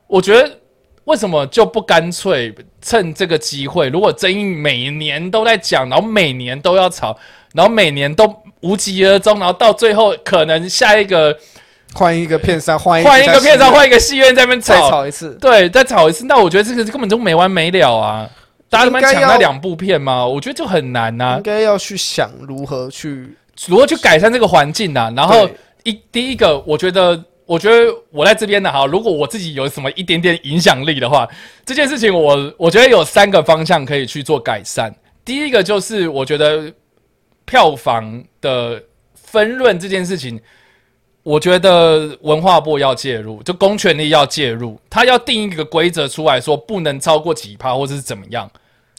S1: 我觉得为什么就不干脆趁这个机会？如果争议每年都在讲，然后每年都要吵，然后每年都无疾而终，然后到最后可能下一个
S2: 换一个片商，换
S1: 换一个片商，
S2: 再
S1: 换一个戏院在那边
S2: 再
S1: 吵，
S2: 炒一次。
S1: 对，再吵一次。那我觉得这个根本就没完没了啊！大家他妈抢那两部片吗？我觉得就很难啊呐、
S2: 应该要去想如何去，
S1: 如何去改善这个环境啊？然后
S2: 对
S1: 一第一个，我觉得，我觉得我在这边呢，哈，如果我自己有什么一点点影响力的话，这件事情我我觉得有三个方向可以去做改善。第一个就是我觉得票房的分润这件事情，我觉得文化部要介入，就公权力要介入，他要定一个规则出来说不能超过几趴，或者是怎么样，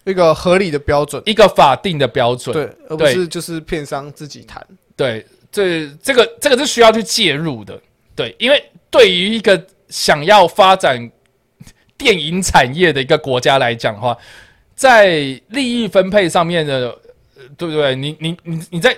S2: 一个合理的标准，
S1: 一个法定的标准。
S2: 对，而不是就是片商自己谈。
S1: 对，这这个这个是需要去介入的，对，因为对于一个想要发展电影产业的一个国家来讲的话，在利益分配上面的，呃对不对？你你你你在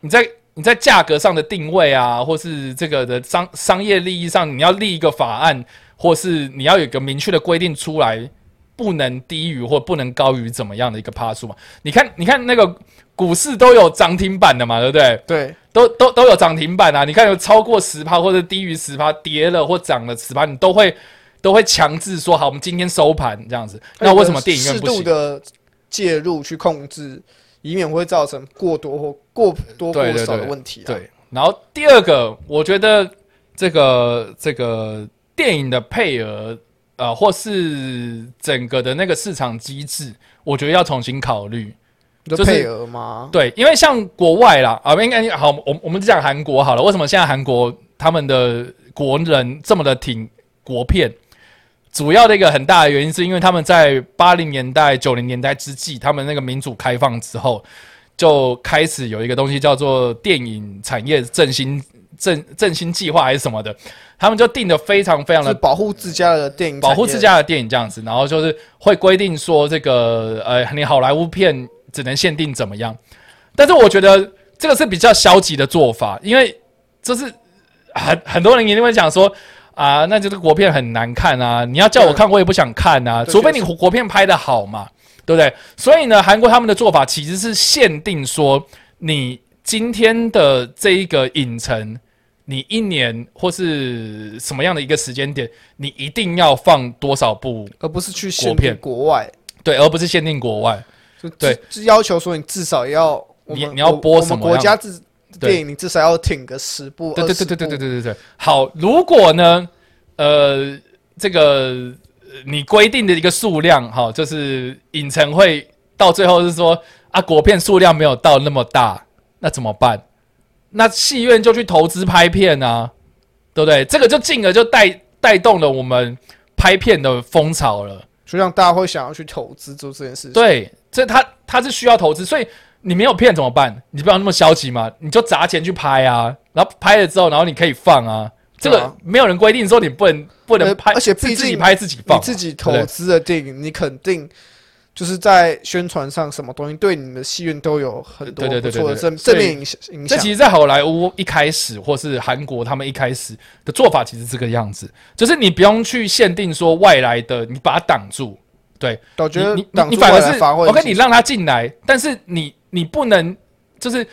S1: 你在你在价格上的定位啊，或是这个的商商业利益上，你要立一个法案，或是你要有一个明确的规定出来。不能低于或不能高于怎么样的一个趴数嘛？你看，你看那个股市都有涨停板的嘛，对不对？
S2: 对，
S1: 都都都有涨停板啊！你看有超过十趴或者低于十趴，跌了或涨了十趴，你都会都会强制说好，我们今天收盘这样子。那为什么电影院
S2: 适
S1: 不
S2: 度
S1: 行？
S2: 的介入去控制，以免会造成过多或过多
S1: 对
S2: 过
S1: 对
S2: 少的
S1: 对
S2: 问题、啊。
S1: 对，然后第二个，我觉得这个这个电影的配额，呃，或是整个的那个市场机制，我觉得要重新考虑。
S2: 你
S1: 就
S2: 就是配额吗？
S1: 对，因为像国外啦，啊，应该好，我们我们就讲韩国好了。为什么现在韩国他们的国人这么的挺国片？主要的一个很大的原因是因为他们在八零年代、九零年代之际，他们那个民主开放之后，就开始有一个东西叫做电影产业振兴振振兴计划还是什么的，他们就定的非常非常
S2: 是
S1: 的
S2: 保护自家的电影产业，
S1: 保护自家的电影这样子，然后就是会规定说这个呃，你好莱坞片只能限定怎么样。但是我觉得这个是比较消极的做法，因为就是很很多人一定会讲说啊、那就是国片很难看啊，你要叫我看我也不想看啊，
S2: 对
S1: 除非你
S2: 确
S1: 国片拍的好嘛。对不对？所以呢，韩国他们的做法其实是限定说，你今天的这一个影城，你一年或是什么样的一个时间点，你一定要放多少部，
S2: 而不是去限
S1: 国
S2: 定
S1: 片
S2: 国外，
S1: 对，而不是限定国外。
S2: 就
S1: 对
S2: 只，只要求说你至少要我
S1: 你
S2: 们
S1: 你要播
S2: 我
S1: 什么
S2: 我们国
S1: 样
S2: 家自
S1: 对
S2: 电影，你至少要挺个十部，
S1: 对对
S2: 20
S1: 对对对
S2: 部
S1: 对对对对。好，如果呢，呃，这个呃你规定的一个数量，哈，就是影城会到最后是说啊，果片数量没有到那么大，那怎么办？那戏院就去投资拍片啊，对不对？这个就进而就带带动了我们拍片的风潮了。
S2: 就让大家会想要去投资做这件事情。
S1: 对，这他他是需要投资，所以你没有片怎么办？你不要那么消极嘛，你就砸钱去拍啊，然后拍了之后，然后你可以放啊。这
S2: 对啊
S1: 个没有人规定说你不能不能
S2: 而
S1: 拍，
S2: 而且
S1: 自
S2: 毕
S1: 自己
S2: 竟
S1: 拍自己
S2: 你
S1: 放，啊
S2: 自己
S1: 对
S2: 投资的电影，你肯定就是在宣传上什么东西对你们的戏院都有很
S1: 对
S2: 多
S1: 对
S2: 不
S1: 对
S2: 错
S1: 对
S2: 的
S1: 对
S2: 正
S1: 所以
S2: 正面影响影
S1: 这
S2: 响。
S1: 其实，在好莱坞一开始，或是韩国他们一开始的做法，其实这个样子，就是你不用去限定说外来的，你把它挡住。对，
S2: 我觉得
S1: 你你
S2: 挡
S1: 你
S2: 住
S1: 反
S2: 未
S1: 而
S2: 来
S1: 是
S2: 发挥
S1: 我
S2: 的
S1: 跟
S2: 影
S1: 你
S2: 响，
S1: 让他进来，但是你你不能就是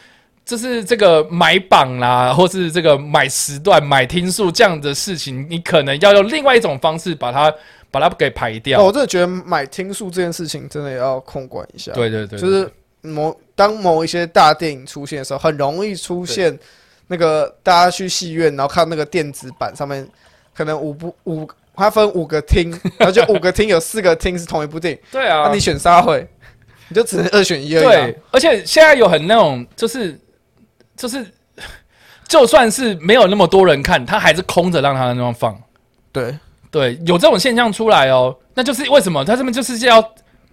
S1: 就是这个买榜啦，或是这个买时段、买听数这样的事情，你可能要用另外一种方式把它把它给排掉。
S2: 哦我真的觉得买听数这件事情真的也要控管一下。
S1: 对对对，
S2: 就是某当某一些大电影出现的时候，很容易出现那个大家去戏院，然后看那个电子版上面，可能五部五，它分五个
S1: <laughs>
S2: 厅，然后就五个厅有四个厅是同一部电影，
S1: 对
S2: 那、
S1: <laughs> 啊，
S2: 你选啥会？你就只能二选一而已、啊。
S1: 对，而且现在有很那种，就是就是，就算是没有那么多人看，他还是空着让他那地方放。
S2: 对
S1: 对，有这种现象出来哦，那就是为什么他这边就是要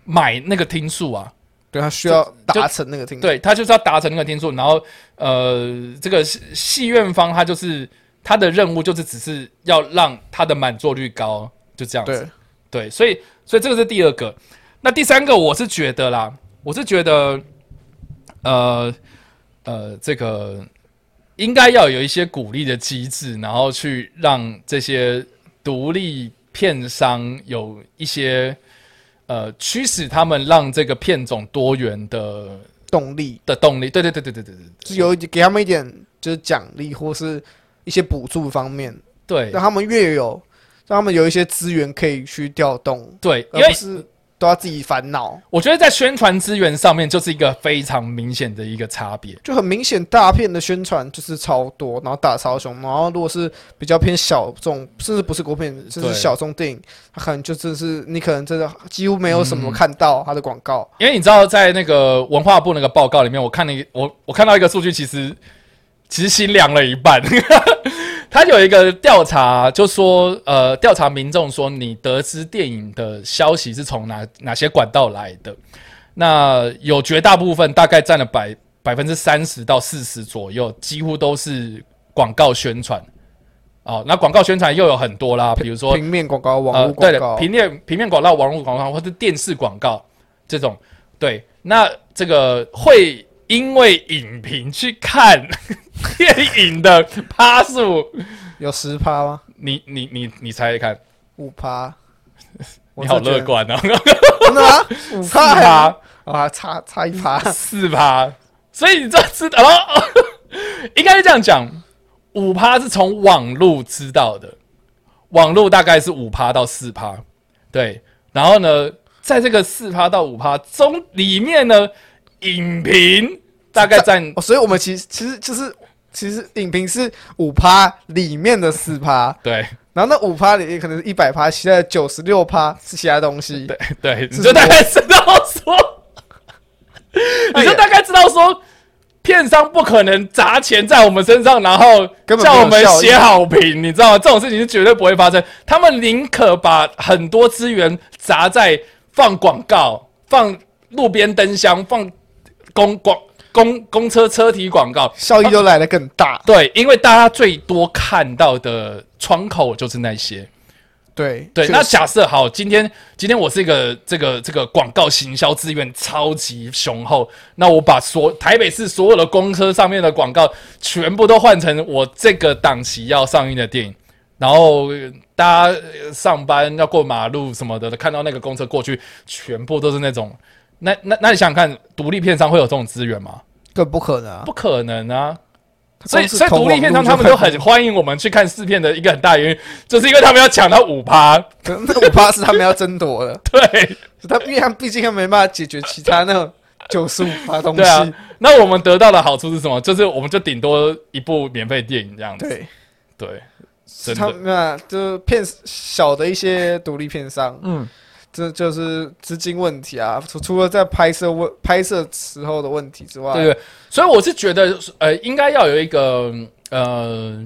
S1: 买那个听数啊？
S2: 对，他需要达成那个厅。
S1: 对他就是要达成那个天数，然后呃，这个戏戏院方他就是他的任务就是只是要让他的满座率高，就这样子。
S2: 对，
S1: 对，所以所以这个是第二个。那第三个，我是觉得啦，我是觉得，呃呃，这个应该要有一些鼓励的机制，然后去让这些独立片商有一些呃驱使他们让这个片种多元的
S2: 动力
S1: 的动力。对对对对对对对
S2: 就是有一给他们一点就是奖励或是一些补助方面，
S1: 对
S2: 让他们越有，让他们有一些资源可以去调动，
S1: 对，因为
S2: 而不是都要自己烦恼。
S1: 我觉得在宣传资源上面就是一个非常明显的一个差别。
S2: 就很明显，大片的宣传就是超多，然后打超凶，然后如果是比较偏小众，甚至不是国片，甚
S1: 对
S2: 至小众电影，它可能就真的是你可能真的几乎没有什么
S1: 嗯
S2: 看到它的广告。
S1: 因为你知道，在那个文化部那个报告里面，我看了一我我看到一个数据，其实其实心凉了一半。 <laughs> 他有一个调查，就说呃，调查民众说你得知电影的消息是从哪哪些管道来的？那有绝大部分大概占了百百分之三十到四十左右，几乎都是广告宣传。哦，那广告宣传又有很多啦，比如说
S2: 平面广告、网
S1: 呃，
S2: 络
S1: 对
S2: 广
S1: 的，
S2: 告，
S1: 平面平面广告、网络广告或者电视广告这种，对，那这个会因为影评去看 <laughs> 电影的趴数，
S2: 有十趴吗？
S1: 你你你你猜猜看，
S2: 五
S1: <laughs>
S2: 趴？我
S1: 你好
S2: 真的觉
S1: 乐
S2: 得，
S1: 观
S2: <laughs>
S1: 哦， <laughs>
S2: 真的吗？五
S1: 四
S2: 趴还
S1: 趴
S2: 啊，差差一趴。 <laughs>
S1: 四趴，所以你这知道，哦、 <laughs> 应该是这样讲，五趴是从网络知道的，网络大概是五趴到四趴，对，然后呢，在这个四趴到五趴中里面呢，影评大概占
S2: 哦，所以我们其实其实就是其实影评是五趴里面的四趴，
S1: 对
S2: 然后那五趴里可能是一百趴，其他的九十六趴是其他东西。
S1: 对对，你
S2: 是
S1: 就大概知道
S2: <laughs>
S1: 说，
S2: 哎
S1: 你就大概知道说。片商不可能砸钱在我们身上，然后
S2: 根本没有
S1: 叫我们
S2: 效益
S1: 写好评，你知道吗？这种事情是绝对不会发生。他们宁可把很多资源砸在放广告、放路边灯箱、放公广公公车车体广告，
S2: 效益都来得更大。
S1: 对，因为大家最多看到的窗口就是那些。
S2: 对
S1: 对，
S2: 确
S1: 那
S2: 实
S1: 假设好，今天今天我是一个这个这个广告行销资源超级雄厚，那我把所台北市所有的公车上面的广告全部都换成我这个档期要上映的电影，然后呃大家呃上班要过马路什么的，看到那个公车过去，全部都是那种。那那那你想想看，独立片商会有这种资源吗？
S2: 更不可能啊！
S1: 不可能啊！所
S2: 他
S1: 以
S2: 光是
S1: 所以
S2: 投
S1: 独立
S2: 网
S1: 片
S2: 络
S1: 商
S2: 就
S1: 他们都
S2: 看
S1: 很欢迎我们去看试片的一个很大原因，就是因为他们要抢到五趴。
S2: 可能那五趴是他们要争夺的， <laughs>
S1: 对
S2: 他因为他们毕竟他没办法解决其他那种九十五趴东西
S1: 对。啊，那我们得到的好处是什么？就是我们就顶多一部免费电影这样子。
S2: 对，
S1: 对，真
S2: 他
S1: 的
S2: 们啊，就是片小的
S1: <laughs>
S2: 一些独立片商，
S1: 嗯，
S2: 这就是资金问题啊。除除了在拍摄问拍摄时候的问题之外，
S1: 对对。所以我是觉得，呃，应该要有一个呃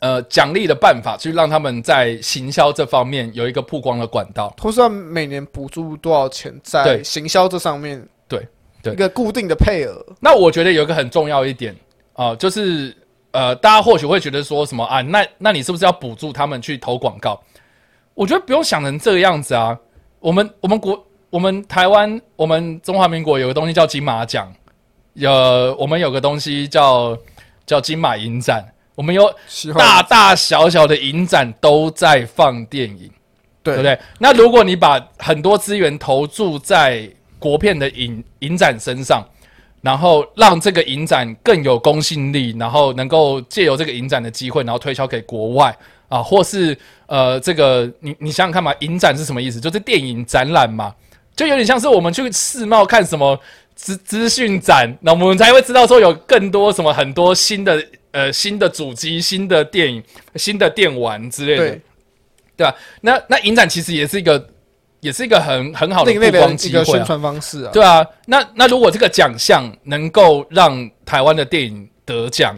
S1: 呃奖励的办法，去让他们在行销这方面有一个曝光的管道。
S2: 或是他们每年补助多少钱在
S1: 对
S2: 行销这上面，
S1: 对对
S2: 一个固定的配额，
S1: 那我觉得有一个很重要一点啊、就是呃，大家或许会觉得说什么啊，那那你是不是要补助他们去投广告？我觉得不用想成这个样子啊。我们我们国我们台湾我们中华民国有个东西叫金马奖，呃，我们有个东西叫叫金马影展，我们有
S2: 喜欢
S1: 大大小小的影展都在放电影。
S2: 对
S1: 对不对？那如果你把很多资源投注在国片的影影展身上，然后让这个影展更有公信力，然后能够借由这个影展的机会，然后推销给国外啊，或是呃，这个你你想想看嘛，影展是什么意思？就是电影展览嘛，就有点像是我们去世贸看什么资资讯展，那我们才会知道说有更多什么很多新的呃新的主机、新的电影、新的电玩之类的。
S2: 对
S1: 对吧、那那影展其实也是一个，也是一个很很好的
S2: 另类
S1: 曝
S2: 的
S1: 光
S2: 一
S1: 机
S2: 个
S1: 会、
S2: 宣
S1: 啊。
S2: 传方式啊。
S1: 对啊，那那如果这个奖项能够让台湾的电影得奖，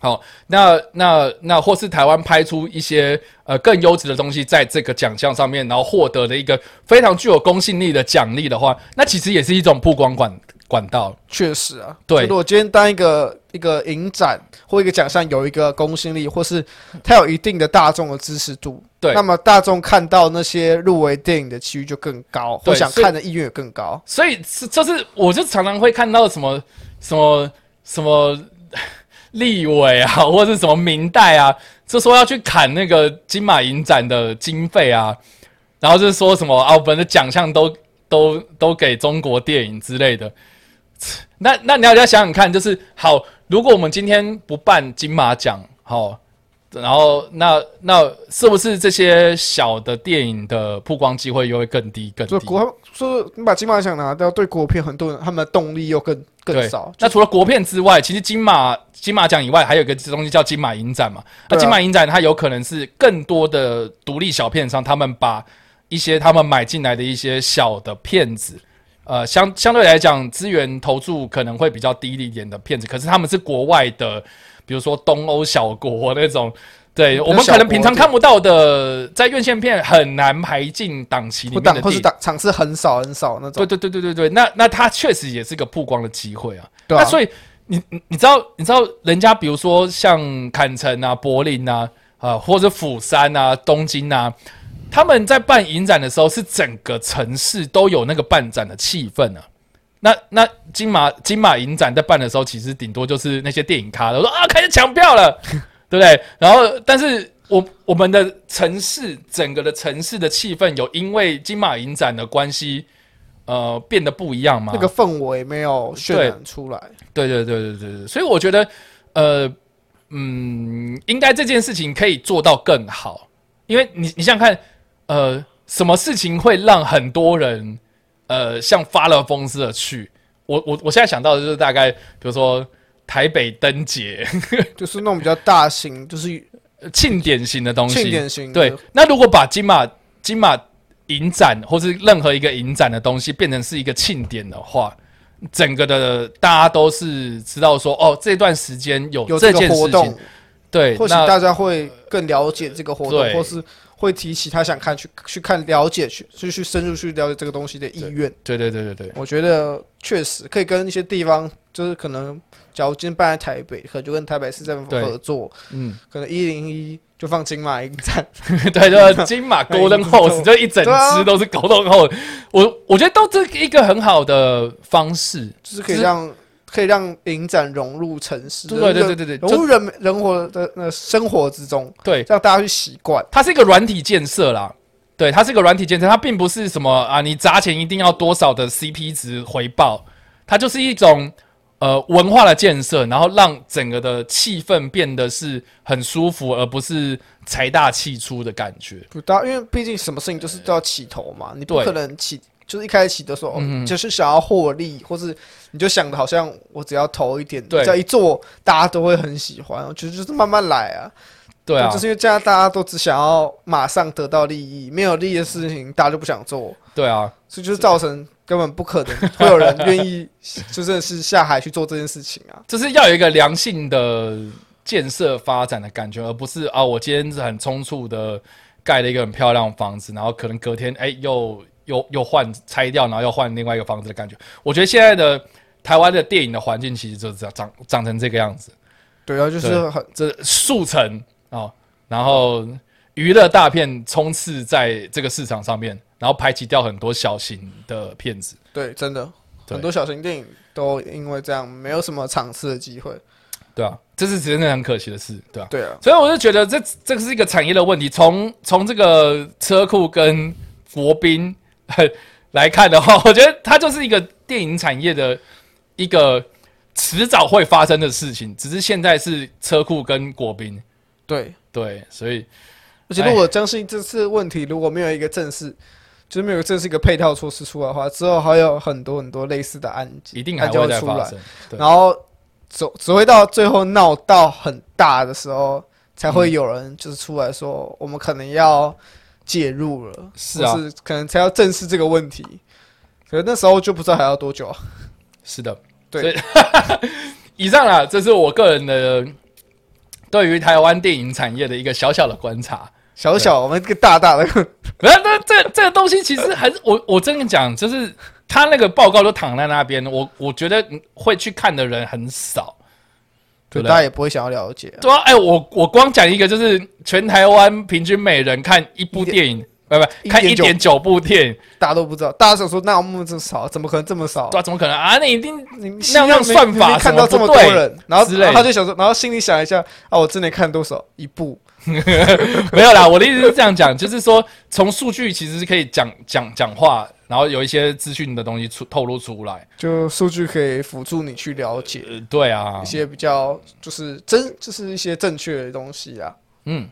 S1: 好，那那那或是台湾拍出一些呃更优质的东西，在这个奖项上面，然后获得了一个非常具有公信力的奖励的话，那其实也是一种曝光管管道。
S2: 确实啊，
S1: 对
S2: 如果今天当一个一个影展或一个奖项有一个公信力，或是它有一定的大众的支持度，
S1: 对
S2: 那么大众看到那些入围电影的几率就更高，
S1: 对
S2: 或想看的意愿也更高。
S1: 所以是就是，我就常常会看到什么什么什么立委啊， <laughs> 或者是什么明代啊，就说要去砍那个金马影展的经费啊，然后就是说什么啊，我们的奖项都都都给中国电影之类的。那那你要再想想看，就是好，如果我们今天不办金马奖，好、然后那那是不是这些小的电影的曝光机会又会更低更低？
S2: 所以国说你把金马奖拿掉，对国片很多人他们的动力又更更
S1: 对，
S2: 少。
S1: 那除了国片之外，其实金马金马奖以外，还有一个东西叫金马影展嘛。那、
S2: 对啊
S1: 金马影展它有可能是更多的独立小片商，他们把一些他们买进来的一些小的片子，呃，相相对来讲资源投注可能会比较低一点的片子，可是他们是国外的，比如说东欧小国那种。对我们可能平常看不到的，在院线片很难排进档期里
S2: 或
S1: 面的
S2: 档
S1: 电
S2: 哦或是
S1: 影。
S2: 档场次很少很少那
S1: 对
S2: 种，
S1: 对对对对对，那那它确实也是个曝光的机会啊。
S2: 对
S1: 那
S2: 啊，
S1: 所以你你你知道你知道人家比如说像坎城啊、柏林啊、啊、或者釜山啊、东京啊，他们在办影展的时候是整个城市都有那个办展的气氛啊。那那金马金马影展在办的时候，其实顶多就是那些电影咖的我说啊开始抢票
S2: <laughs>
S1: 了，对不对？然后但是。我我们的城市整个的城市的气氛有因为金马影展的关系，呃，变得不一样吗？
S2: 那个氛围没有渲染出来。
S1: 对对对对对对，所以我觉得，呃，嗯，应该这件事情可以做到更好，因为你你想想看，呃，什么事情会让很多人，呃，像发了疯似的去？我我我现在想到的就是大概，比如说台北灯节 <laughs>
S2: 就是那种比较大型，就是
S1: 庆典型的东西，
S2: 庆典型的
S1: 对，那如果把金马金马影展或是任何一个影展的东西变成是一个庆典的话，整个的大家都是知道说，哦，这段时间有
S2: 有
S1: 这
S2: 这
S1: 件
S2: 个活
S1: 事
S2: 动
S1: 情，，对，
S2: 或许
S1: 那
S2: 大家会更了解这个活动，
S1: 对
S2: 或是会提起他想看去去看了解去去去深入去了解这个东西的意愿。
S1: 对对对对对
S2: 我觉得确实可以跟一些地方，就是可能，假如今天办在台北，可能就跟台北市政府
S1: 对
S2: 合作，
S1: 嗯，
S2: 可能一零一就放金 <laughs> 马影展，
S1: <laughs> 对，就是金马
S2: <laughs>
S1: Golden
S2: 对
S1: Horse 就一整
S2: 对啊
S1: 只都是 Golden Horse，我我觉得都这一个很好的方式，
S2: 就是可以让可以让影展融入城市，
S1: 对对
S2: 融入
S1: 对对对
S2: 融入人人活的呃生活之中，
S1: 对，
S2: 让大家去习惯。
S1: 它是一个软体建设啦。对，它是一个软体建设，它并不是什么啊，你砸钱一定要多少的 CP 值回报，它就是一种呃文化的建设，然后让整个的气氛变得是很舒服，而不是财大气粗的感觉。
S2: 不大，因为毕竟什么事情就是都要起头嘛，你不
S1: 对嗯
S2: 可能起就是一开始起的时候，哦就是想要获利，或是你就想的好像我只要投一点，
S1: 对
S2: 只要一做大家都会很喜欢，我觉得就是慢慢来啊。
S1: 对啊，
S2: 就是因为这样大家都只想要马上得到利益，没有利益的事情大家就不想做，
S1: 对啊，
S2: 所以就是造成根本不可能会有人愿意 <laughs> 就真的是下海去做这件事情啊。
S1: 就是要有一个良性的建设发展的感觉，而不是啊，我今天是很匆促的盖了一个很漂亮的房子，然后可能隔天哎、又又又换拆掉，然后又换另外一个房子的感觉。我觉得现在的台湾的电影的环境其实就是这样长长成这个样子，
S2: 对啊，就是
S1: 对
S2: 很
S1: 这速成啊、哦然后娱乐大片冲刺在这个市场上面，然后排挤掉很多小型的片子。
S2: 对，真的
S1: 对
S2: 很多小型电影都因为这样没有什么场次的机会。
S1: 对啊，这是真的很可惜的事，对啊。
S2: 对啊，
S1: 所以我就觉得这这个是一个产业的问题。从从这个车库跟国宾 <laughs> 呵来看的话，我觉得它就是一个电影产业的一个迟早会发生的事情，只是现在是车库跟国宾。
S2: 对。
S1: 对，所以
S2: 而且如果相信这次问题如果没有一个正式，就是没有正式一个配套措施出来的话，之后还有很多很多类似的案件，
S1: 一定还
S2: 案件
S1: 会
S2: 会
S1: 再
S2: 出
S1: 发
S2: 来，
S1: 生。对
S2: 然后只只会到最后闹到很大的时候，才会有人就是出来说，我们可能要介入了，
S1: 是啊
S2: 或是可能才要正视这个问题。可是那时候就不知道还要多久啊。
S1: 是的，
S2: 对
S1: 所以。以 <laughs> 上啊，这是我个人的对于台湾电影产业的一个小小的观察。
S2: 小小，我们这个大大的，
S1: 然后那这这个东西其实还是我我真的讲，就是他那个报告都躺在那边，我我觉得会去看的人很少，对
S2: 对，
S1: 不
S2: 大
S1: <laughs>
S2: 家
S1: 对？
S2: 也不会想要了解啊、
S1: 对啊，哎、我我光讲一个，就是全台湾平均每人看一部电影，不不，看一
S2: 1.9
S1: 点九部电影，
S2: 大家都不知道，大家想说那我们这么少，怎么可能这么少？
S1: 对啊，怎么可能啊？你一 <laughs> 定
S2: 你
S1: 那样让算法
S2: 你
S1: 什
S2: 看
S1: 么
S2: 到这么
S1: 不
S2: 多
S1: 对
S2: 人，然后
S1: 之类
S2: 然后他
S1: 的
S2: 就想说，然后心里想一下啊，我之前看多少一部，
S1: 没有啦，我的意思是这样讲，就是说从数据其实是可以讲讲讲话，然后有一些资讯的东西出透露出来。
S2: 就数据可以辅助你去了解
S1: 呃，对啊
S2: 一，些比较就是真就是一些正确的东西啊。
S1: 嗯。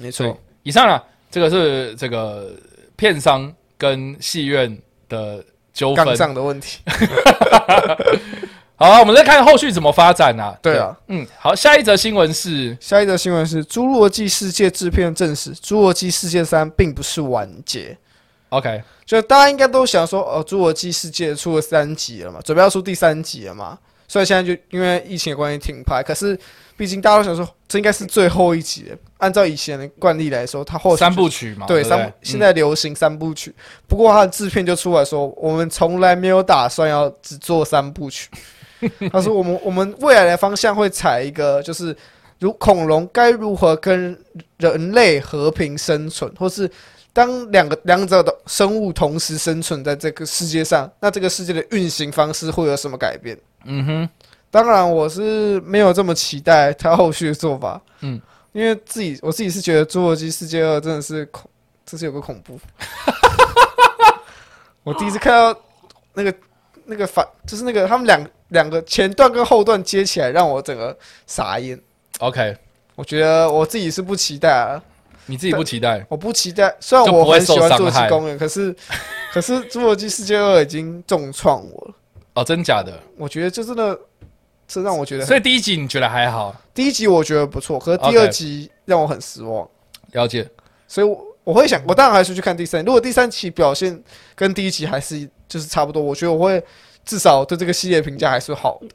S2: 没
S1: 对，以上啊，这个是这个片商跟戏院的纠
S2: 杠
S1: 纷。
S2: 上的问题，
S1: <laughs> 好啊，我们再看后续怎么发展啊。
S2: 对啊，
S1: 嗯，好，下一则新闻是
S2: 下一则新闻是《侏罗纪世界》制片证实，《侏罗纪世界三》并不是完结。
S1: OK，
S2: 就大家应该都想说，哦，《侏罗纪世界》出了三集了嘛，准备要出第三集了嘛。虽然现在就因为疫情的关系停拍，可是毕竟大家都想说，这应该是最后一集了。按照以前的惯例来说，它后续
S1: 三部曲嘛？
S2: 对
S1: 对，嗯
S2: 三
S1: 三
S2: 部现在流行三部曲。不过他的制片就出来说，我们从来没有打算要只做三
S1: <laughs>
S2: 部曲。他说我们我们未来的方向会采一个就是。如恐龙该如何跟人类和平生存，或是当两个两者的生物同时生存在这个世界上，那这个世界的运行方式会有什么改变？
S1: 嗯哼，
S2: 当然，我是没有这么期待他后续的做法。
S1: 嗯
S2: 嗯，因为自己我自己是觉得《侏罗纪世界二》真的是恐，这是有个恐
S1: <laughs>
S2: 怖。我第一次看到那个那个反，就是那个他们两两个前段跟后段接起来，让我整个傻眼。
S1: ，OK，
S2: 我觉得我自己是不期待啊，
S1: 你自己不期待？
S2: 我不期待。虽然
S1: 就不
S2: 我
S1: 会
S2: 很喜欢
S1: 受伤
S2: 《侏罗纪
S1: 害
S2: 公园》，可是可是《侏罗纪世界二》已经重创我了。
S1: 哦，真假的？
S2: 我觉得就真的，这让我觉得很
S1: 所以第一集你觉得还好？
S2: 第一集我觉得不错，可是第
S1: OK
S2: 二集让我很失望
S1: 了解，
S2: 所以我我会想，我当然还是去看第三。如果第三期表现跟第一集还是就是差不多，我觉得我会至少对这个系列评价还是好的。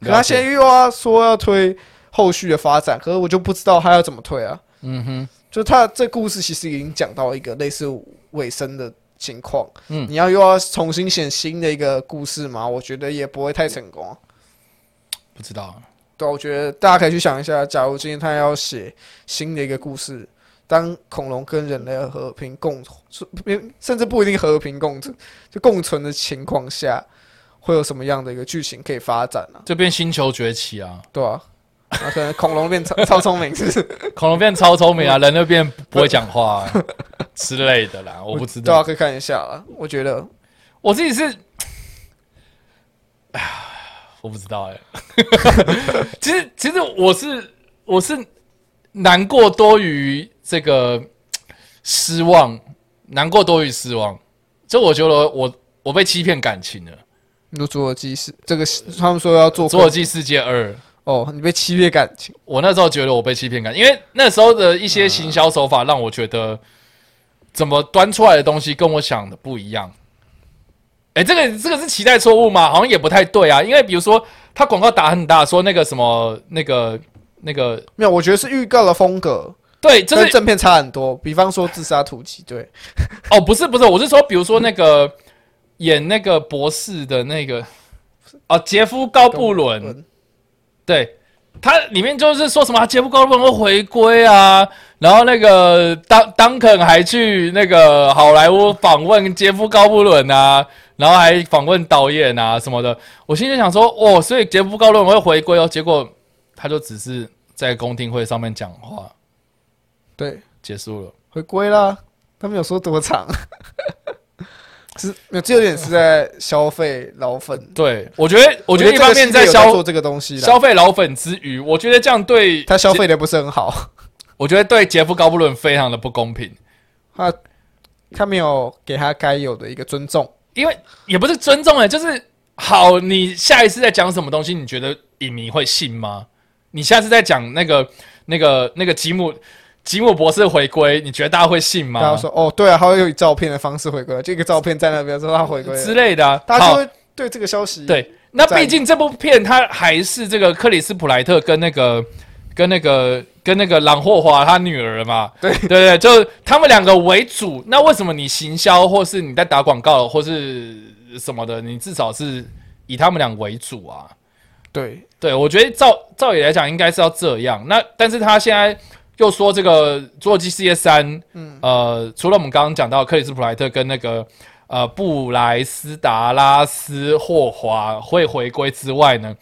S2: 可他
S1: 了解
S2: 现在又要说要推后续的发展，可是我就不知道他要怎么推啊。
S1: 嗯哼，
S2: 就他这故事其实已经讲到一个类似尾声的情况，
S1: 嗯
S2: 你要又要重新写新的一个故事嘛，我觉得也不会太成功啊、
S1: 不知道。
S2: 对啊，我觉得大家可以去想一下，假如今天他要写新的一个故事，当恐龙跟人类和平共，甚至不一定和平共存，就共存的情况下，会有什么样的一个剧情可以发展啊？
S1: 就变星球崛起啊，
S2: 对啊，啊可能恐龙变超 <laughs> 超聪明是不是？
S1: 恐龙变超聪明
S2: <laughs>
S1: 啊，人就变不会讲话、啊、之类的啦，我不知
S2: 对啊，
S1: 道。
S2: 可以看一下啦。我觉得
S1: 我自己是，唉我不知道哎、 <laughs> 其实，其实我是我是难过多于这个失望，难过多于失望。就我觉得我我被欺骗感情了，
S2: 你说《侏罗纪世》这个他们说要做
S1: 《侏罗纪世界二》。
S2: 哦，你被欺骗感情，
S1: 我那时候觉得我被欺骗感，因为那时候的一些行销手法让我觉得，怎么端出来的东西跟我想的不一样。哎、这个这个是期待错误吗？好像也不太对啊，因为比如说他广告打很大，说那个什么那个那个，
S2: 没有，我觉得是预告的风格
S1: 对，就
S2: 跟
S1: 是
S2: 正片差很多。比方说《自杀突击队
S1: 哦，不是不是，我是说，比如说那个演那个博士的那个，哦，杰夫·高》布伦，
S2: 嗯，
S1: 对，它里面就是说什么杰夫·高伦会回归啊，然后那个当当肯还去那个好莱坞访问杰夫·高布伦啊，然后还访问导演啊什么的。我心里想说，哦，所以杰夫·高伦会回归哦，结果他就只是在公听会上面讲话，
S2: 对，
S1: 结束了。
S2: 回归啦。他们有说多长， <laughs> 是没有，这有点是在消费老粉。
S1: 对，我觉得，我觉得一方面
S2: 在
S1: 在消
S2: 做这个东西啦，
S1: 消费老粉之余，我觉得这样对
S2: 他消，费的不是很好，
S1: 我觉得对杰夫·高布伦非常的不公平。
S2: 他他没有给他该有的一个尊重。
S1: 因为也不是尊重哎，就是好，你下一次在讲什么东西，你觉得影迷会信吗？你下次在讲那个、那个、那个吉姆吉姆博士回归，你觉得大家会信
S2: 大家
S1: 吗？
S2: 说哦，对啊，他会用以照片的方式回归，这个照片在那边说他回归
S1: 之
S2: 了，
S1: 类的、啊，
S2: 大家就
S1: 好
S2: 会对这个消息
S1: 对。那
S2: 在
S1: 毕竟这部片它还是这个克里斯普莱特跟那个、跟那个、跟那个朗霍华他女儿嘛，
S2: 对
S1: 对对，就他们两个为主。那为什么你行销或是你在打广告或是什么的，你至少是以他们俩为主啊？
S2: 对，
S1: 对，我觉得照照理来讲应该是要这样。那但是他现在又说这个《侏罗纪世界三》，嗯，呃，除了我们刚刚讲到克里斯普莱特跟那个呃布莱斯达拉斯霍华会回归之外呢，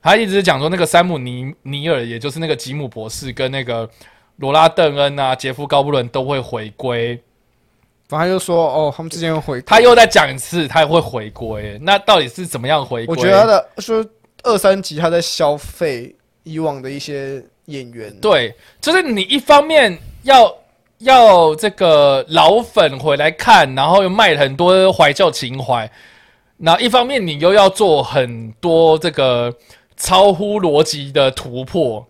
S1: 他一直讲说那个山姆尼尼尔，也就是那个吉姆博士跟那个罗拉邓恩啊、杰夫高布伦都会回归。
S2: 反正他就说哦，他们之间会回归，
S1: 他又再讲一次，他会回归。那到底是怎么样回归？
S2: 我觉得他的说二三集他在消费以往的一些演员，
S1: 对，就是你一方面要要这个老粉回来看，然后又卖很多怀旧情怀，然后一方面你又要做很多这个超乎逻辑的突破，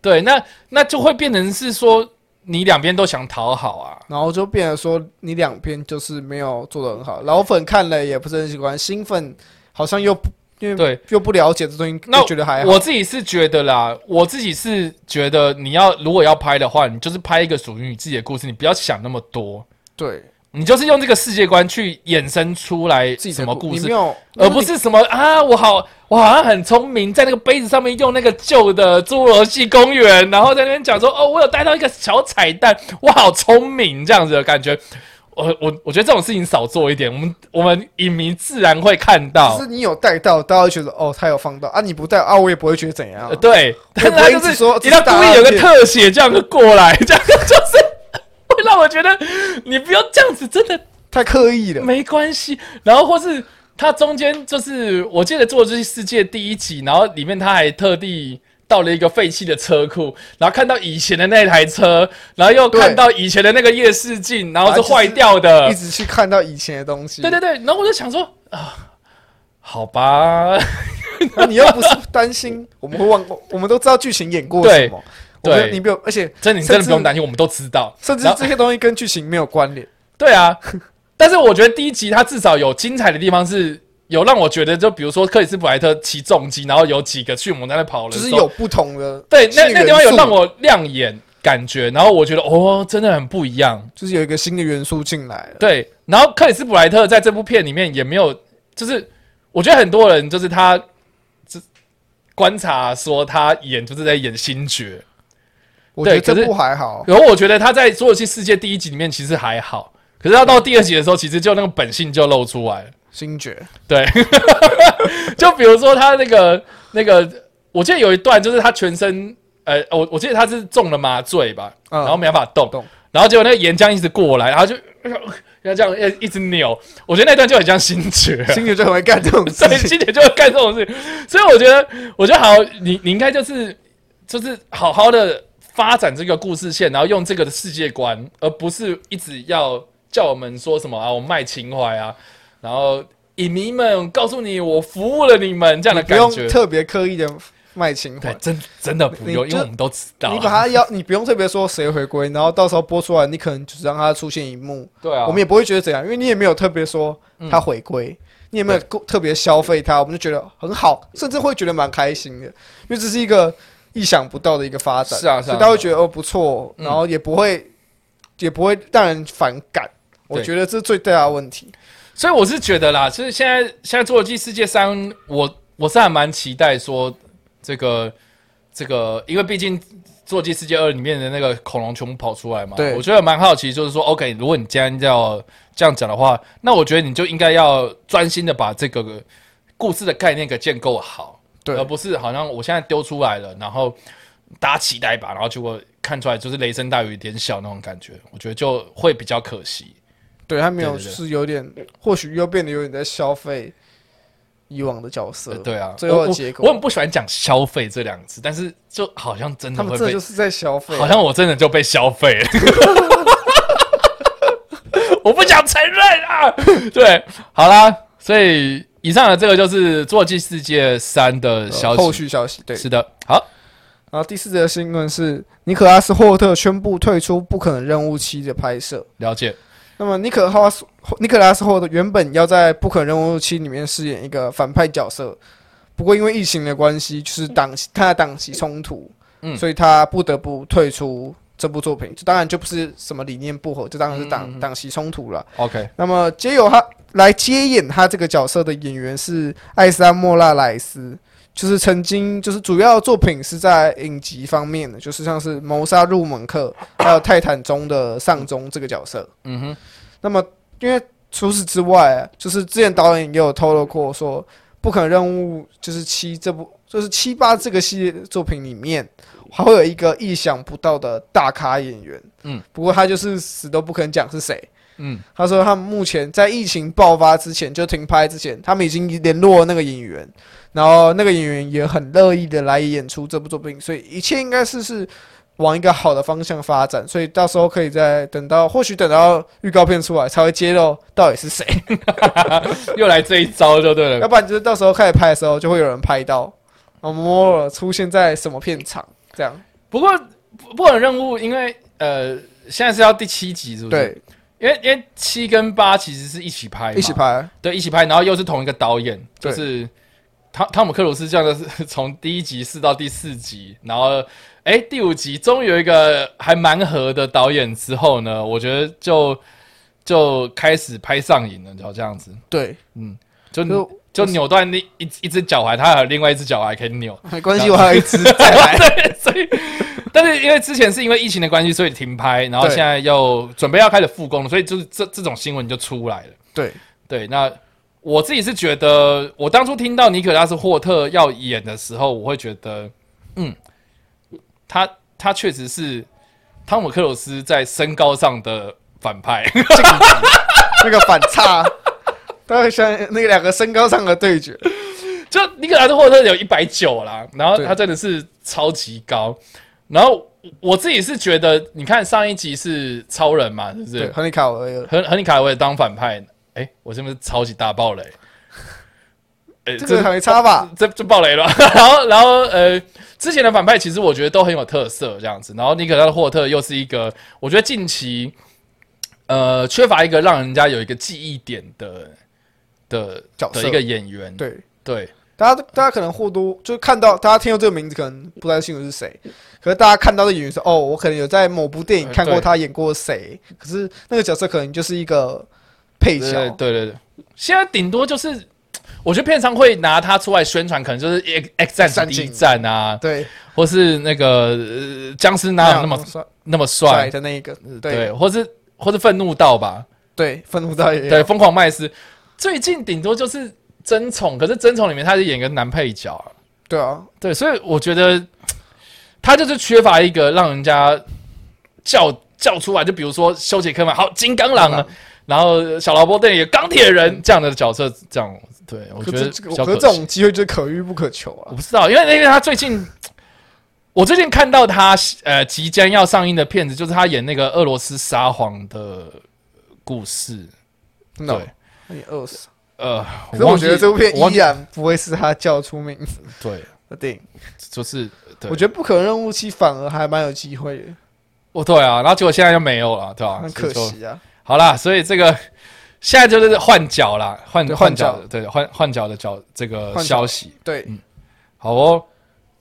S1: 对，那那就会变成是说你两边都想讨好啊，
S2: 然后就变得说你两边就是没有做的很好，老粉看了也不是很喜欢，新粉好像又不因为
S1: 对
S2: 又不了解这东西，
S1: 那
S2: 就觉得嗯还好。
S1: 我自己是觉得啦，我自己是觉得你要如果要拍的话，你就是拍一个属于你自己的故事，你不要想那么多。
S2: 对
S1: 你就是用这个世界观去衍生出来
S2: 自己的
S1: 什么故
S2: 你
S1: 事
S2: 没，有，
S1: 而不是什么啊，我好，我好像很聪明，在那个杯子上面用那个旧的侏罗纪公园，然后在那边讲说，哦，我有带到一个小彩蛋，我好聪明，这样子的感觉。我我我觉得这种事情少做一点，我们我们影迷自然会看到
S2: 就。是你有带到，大家会觉得哦，他有放到啊，你不带啊，我也不会觉得怎样
S1: 呃。对，但是 <laughs> 他
S2: 我也
S1: 就
S2: 不会一直
S1: 是
S2: 说哦
S1: 你要故意有个
S2: <laughs>
S1: 特写这样就过来，这样 <laughs> 就是会让我觉得你不要这样子，真的
S2: 太刻意
S1: <laughs>
S2: 了。
S1: 没关系。然后或是他中间就是，我记得《做这些世界》第一集，然后里面他还特地到了一个废弃的车库，然后看到以前的那台车，然后又
S2: 对
S1: 看到以前的那个夜视镜，然后
S2: 啊
S1: 是
S2: 就是
S1: 坏掉的
S2: 一。直去看到以前的东西，
S1: 对对对，然后我就想说啊，好吧， <laughs>
S2: 那你又不是担心我们会忘， <laughs> 我们都知道剧情演过什么，我
S1: 对
S2: 们你没有，而且
S1: 这你真的不用
S2: 甚至
S1: 担心，我们都知道。
S2: 甚至
S1: 然后
S2: 这些东西跟剧情没有关联。
S1: 对啊，但是我觉得第一集它至少有精彩的地方是。有让我觉得，就比如说克里斯普莱特骑重机，然后有几个迅猛在那跑的
S2: 就
S1: 时候，
S2: 是有不同的
S1: 对，那
S2: 新
S1: 那
S2: 的
S1: 地方
S2: 元
S1: 有
S2: 素
S1: 让我亮眼感觉，然后我觉得哦，真的很不一样。
S2: 就是有一个新的元素进来了。
S1: 对，然后克里斯普莱特在这部片里面也没有，就是我觉得很多人就是他，这观察说他演就是在演星爵，
S2: 我觉得
S1: 对可
S2: 这
S1: 是
S2: 部还好，
S1: 然后我觉得他在《侏罗纪世界》第一集里面其实还好，可是他到第二集的时候，其实就那个本性就露出来了。<laughs>
S2: 星爵，
S1: 就比如说他那个那个，我记得有一段就是他全身，呃，我我记得他是中了麻醉吧，
S2: 嗯
S1: 然后没办法动，
S2: 动
S1: 然后结果那个岩浆一直过来，然后就 <laughs> 要这样要一直扭，我觉得那段就很像心绝。
S2: 星爵就很会干这种事
S1: <laughs> 所以
S2: 情。
S1: 心姐就会干这种事，所以我觉得，我觉得好，你你应该就是就是好好的发展这个故事线，然后用这个的世界观，而不是一直要叫我们说什么啊，我卖情怀啊，然后影迷们告诉你我服务了你们这样的
S2: 你不
S1: 感
S2: 用
S1: 觉，
S2: 特别刻意的卖情
S1: 对
S2: 怀，，
S1: 真真的不用，
S2: 你就
S1: 因为我们都知道啊、
S2: 你把它要，你不用特别说谁回归，然后到时候播出来，你可能只让它出现一幕，
S1: 对啊，嗯
S2: 我们也不会觉得怎样，因为你也没有特别说它回归，你也没有够特别消费它，我们就觉得很好，甚至会觉得蛮开心的，因为这是一个意想不到的一个发展，
S1: 是啊是啊
S2: 所以大家会觉得哦不错，
S1: 嗯
S2: 然后也不会、也不会让人反感，我
S1: 对
S2: 觉得这是最大的问题。
S1: 所以我是觉得啦，就是现在现在《侏罗纪世界三》，我我是还蛮期待说这个这个，因为毕竟《侏罗纪世界二》里面的那个恐龙全部跑出来嘛，
S2: 对
S1: 我觉得蛮好奇，就是说，OK，如果你既然要这样讲的话，那我觉得你就应该要专心的把这个故事的概念给建构好，
S2: 对
S1: 而不是好像我现在丢出来了，然后大家期待吧，然后结果看出来就是雷声大雨点小那种感觉，我觉得就会比较可惜。
S2: 对他没有，
S1: 对对对
S2: 是有点，或许又变得有点在消费以往的角色。
S1: 呃对啊，
S2: 最后
S1: 我
S2: 的结
S1: 我我
S2: 果
S1: 很，不喜欢讲消费这两个字，但是就好像真
S2: 他
S1: 的
S2: 们
S1: 会
S2: 这
S1: 被，
S2: 就是在消费啊，
S1: 好像我真的就被消费了。 <laughs> 我不想承认啊！ <laughs> 对，好啦，所以以上的这个就是《坐骑世界三》的
S2: 呃
S1: 消息。
S2: 后续消息。对，
S1: 是的，好，
S2: 然后第四则新闻是尼可拉斯霍特宣布退出《不可能任务七》的拍摄。
S1: 了解。
S2: 那么尼可哈斯尼可拉斯霍特原本要在《不可能任务七》里面饰演一个反派角色，不过因为疫情的关系，就是档期他的档期冲突，
S1: 嗯
S2: 所以他不得不退出这部作品。这当然就不是什么理念不合，这当
S1: 嗯
S2: 然是档档期冲突了。
S1: OK，
S2: 那么接有他来接演他这个角色的演员是艾莎莫拉莱斯，就是曾经就是主要作品是在影集方面的，就是像是《谋杀入门课》还有《泰坦》中的上中这个角色。
S1: 嗯哼，
S2: 那么因为除此之外啊，就是之前导演也有透露过说，《不可能任务》就是七这部就是七八这个系列作品里面，还会有一个意想不到的大咖演员。
S1: 嗯，
S2: 不过他就是死都不肯讲是谁。
S1: 嗯，
S2: 他说他们目前在疫情爆发之前就停拍之前，他们已经联络了那个演员，然后那个演员也很乐意的来演出这部作品，所以一切应该是是往一个好的方向发展，所以到时候可以再等到，或许等到预告片出来才会揭露到底是谁，
S1: 又来这一招就对
S2: 要
S1: 了。
S2: 不然就是到时候开始拍的时候就会有人拍到，啊，摩尔出现在什么片场这样，
S1: 不过不不可能任务，因为呃，现在是要第七集，是不是？
S2: 对，
S1: 对，因为因为七跟八其实是一起拍，
S2: 一起。拍，
S1: 对，一起拍，然后又是同一个导演，就
S2: 对
S1: 是汤汤姆克鲁斯这样的是 <laughs> 从第一集试到第四集，然后哎第五集终于有一个还蛮合的导演之后呢，我觉得就就开始拍上瘾了，就这样子，
S2: 对，
S1: 就
S2: 就
S1: 就扭断那一一只脚踝，他还有另外一只脚踝可以扭，
S2: 没关系，我还有一支再 <laughs> 来，
S1: <laughs> 对，所以。但是因为之前是因为疫情的关系，所以停拍，然后
S2: 对
S1: 现在又准备要开始复工了，所以就是这这种新闻就出来了。
S2: 对，
S1: 对，那我自己是觉得，我当初听到尼可拉斯霍特要演的时候，我会觉得，嗯，他他确实是汤姆克鲁斯在身高上的反派， <laughs>
S2: 那个反差。大概像那两个身高上的对决，
S1: 就尼可拉斯霍特有一百九啦，然后
S2: 对
S1: 他真的是超级高，然后我自己是觉得，你看上一集是超人嘛，是不
S2: 对，哎
S1: 是？
S2: 亨利卡维尔，
S1: 亨亨利卡维尔当反派，哎、我是不是超级大
S2: <laughs>
S1: 爆雷？哎
S2: 这个还没差吧？
S1: 这这爆雷了。 <laughs> 然后，然后呃，之前的反派其实我觉得都很有特色这样子。然后尼可拉斯霍特又是一个，我觉得近期呃缺乏一个让人家有一个记忆点的的
S2: 角色
S1: 的一个演员。
S2: 对，
S1: 对
S2: 大家都大家可能或多就是看到，大家听到这个名字可能不太清楚是谁，可是大家看到的演员说，哦，我可能有在某部电影看过
S1: 对
S2: 他演过谁，可是那个角色可能就是一个配
S1: 对
S2: 角，
S1: 对对对，现在顶多就是。我觉得片商会拿他出来宣传，可能就是 X X 战
S2: 战
S1: 警第
S2: 警
S1: 一战啊，
S2: 对，
S1: 或是那个、呃僵尸哪有那么
S2: 帅
S1: 那么帅
S2: 帅？的那一个，对
S1: 对，或是或是愤怒到吧？
S2: 对，愤怒到也有
S1: 对，疯狂麦斯。最近顶多就是《争宠》，可是《争宠》里面他是演个男配角啊、
S2: 对啊，
S1: 对，所以我觉得他就是缺乏一个让人家叫叫出来，就比如说修杰克曼，好金刚狼啊，然后小劳勃队也钢铁人这样的角色，这样对我觉
S2: 嗯
S1: 得
S2: 可是
S1: 比
S2: 这
S1: 较
S2: 个，
S1: 可惜。
S2: 可是这种机会就是可遇不可求啊
S1: 我。不知道，因为因为他最近，我最近看到他呃即将要上映的片子，就是他演那个俄罗斯沙皇的故事。
S2: 真的哦
S1: 对，，
S2: 那你饿死。
S1: 呃，
S2: 可是我
S1: 忘记
S2: 觉得这部片
S1: 我忘
S2: 依
S1: 记
S2: 然不会是他叫出名
S1: 对，
S2: 的电影。
S1: 就是对，
S2: 我觉得《不可能任务七》反而还蛮有机会的，
S1: 哦对啊，然后结果现在就没有了，对吧、
S2: 很
S1: 所以
S2: 可
S1: 就
S2: 惜啊。
S1: 好啦，所以这个现在就是换角啦，换
S2: 对
S1: 换
S2: 换角
S1: 角的，对，换换角的角这个
S2: 换角
S1: 消息，
S2: 对，
S1: 好哦。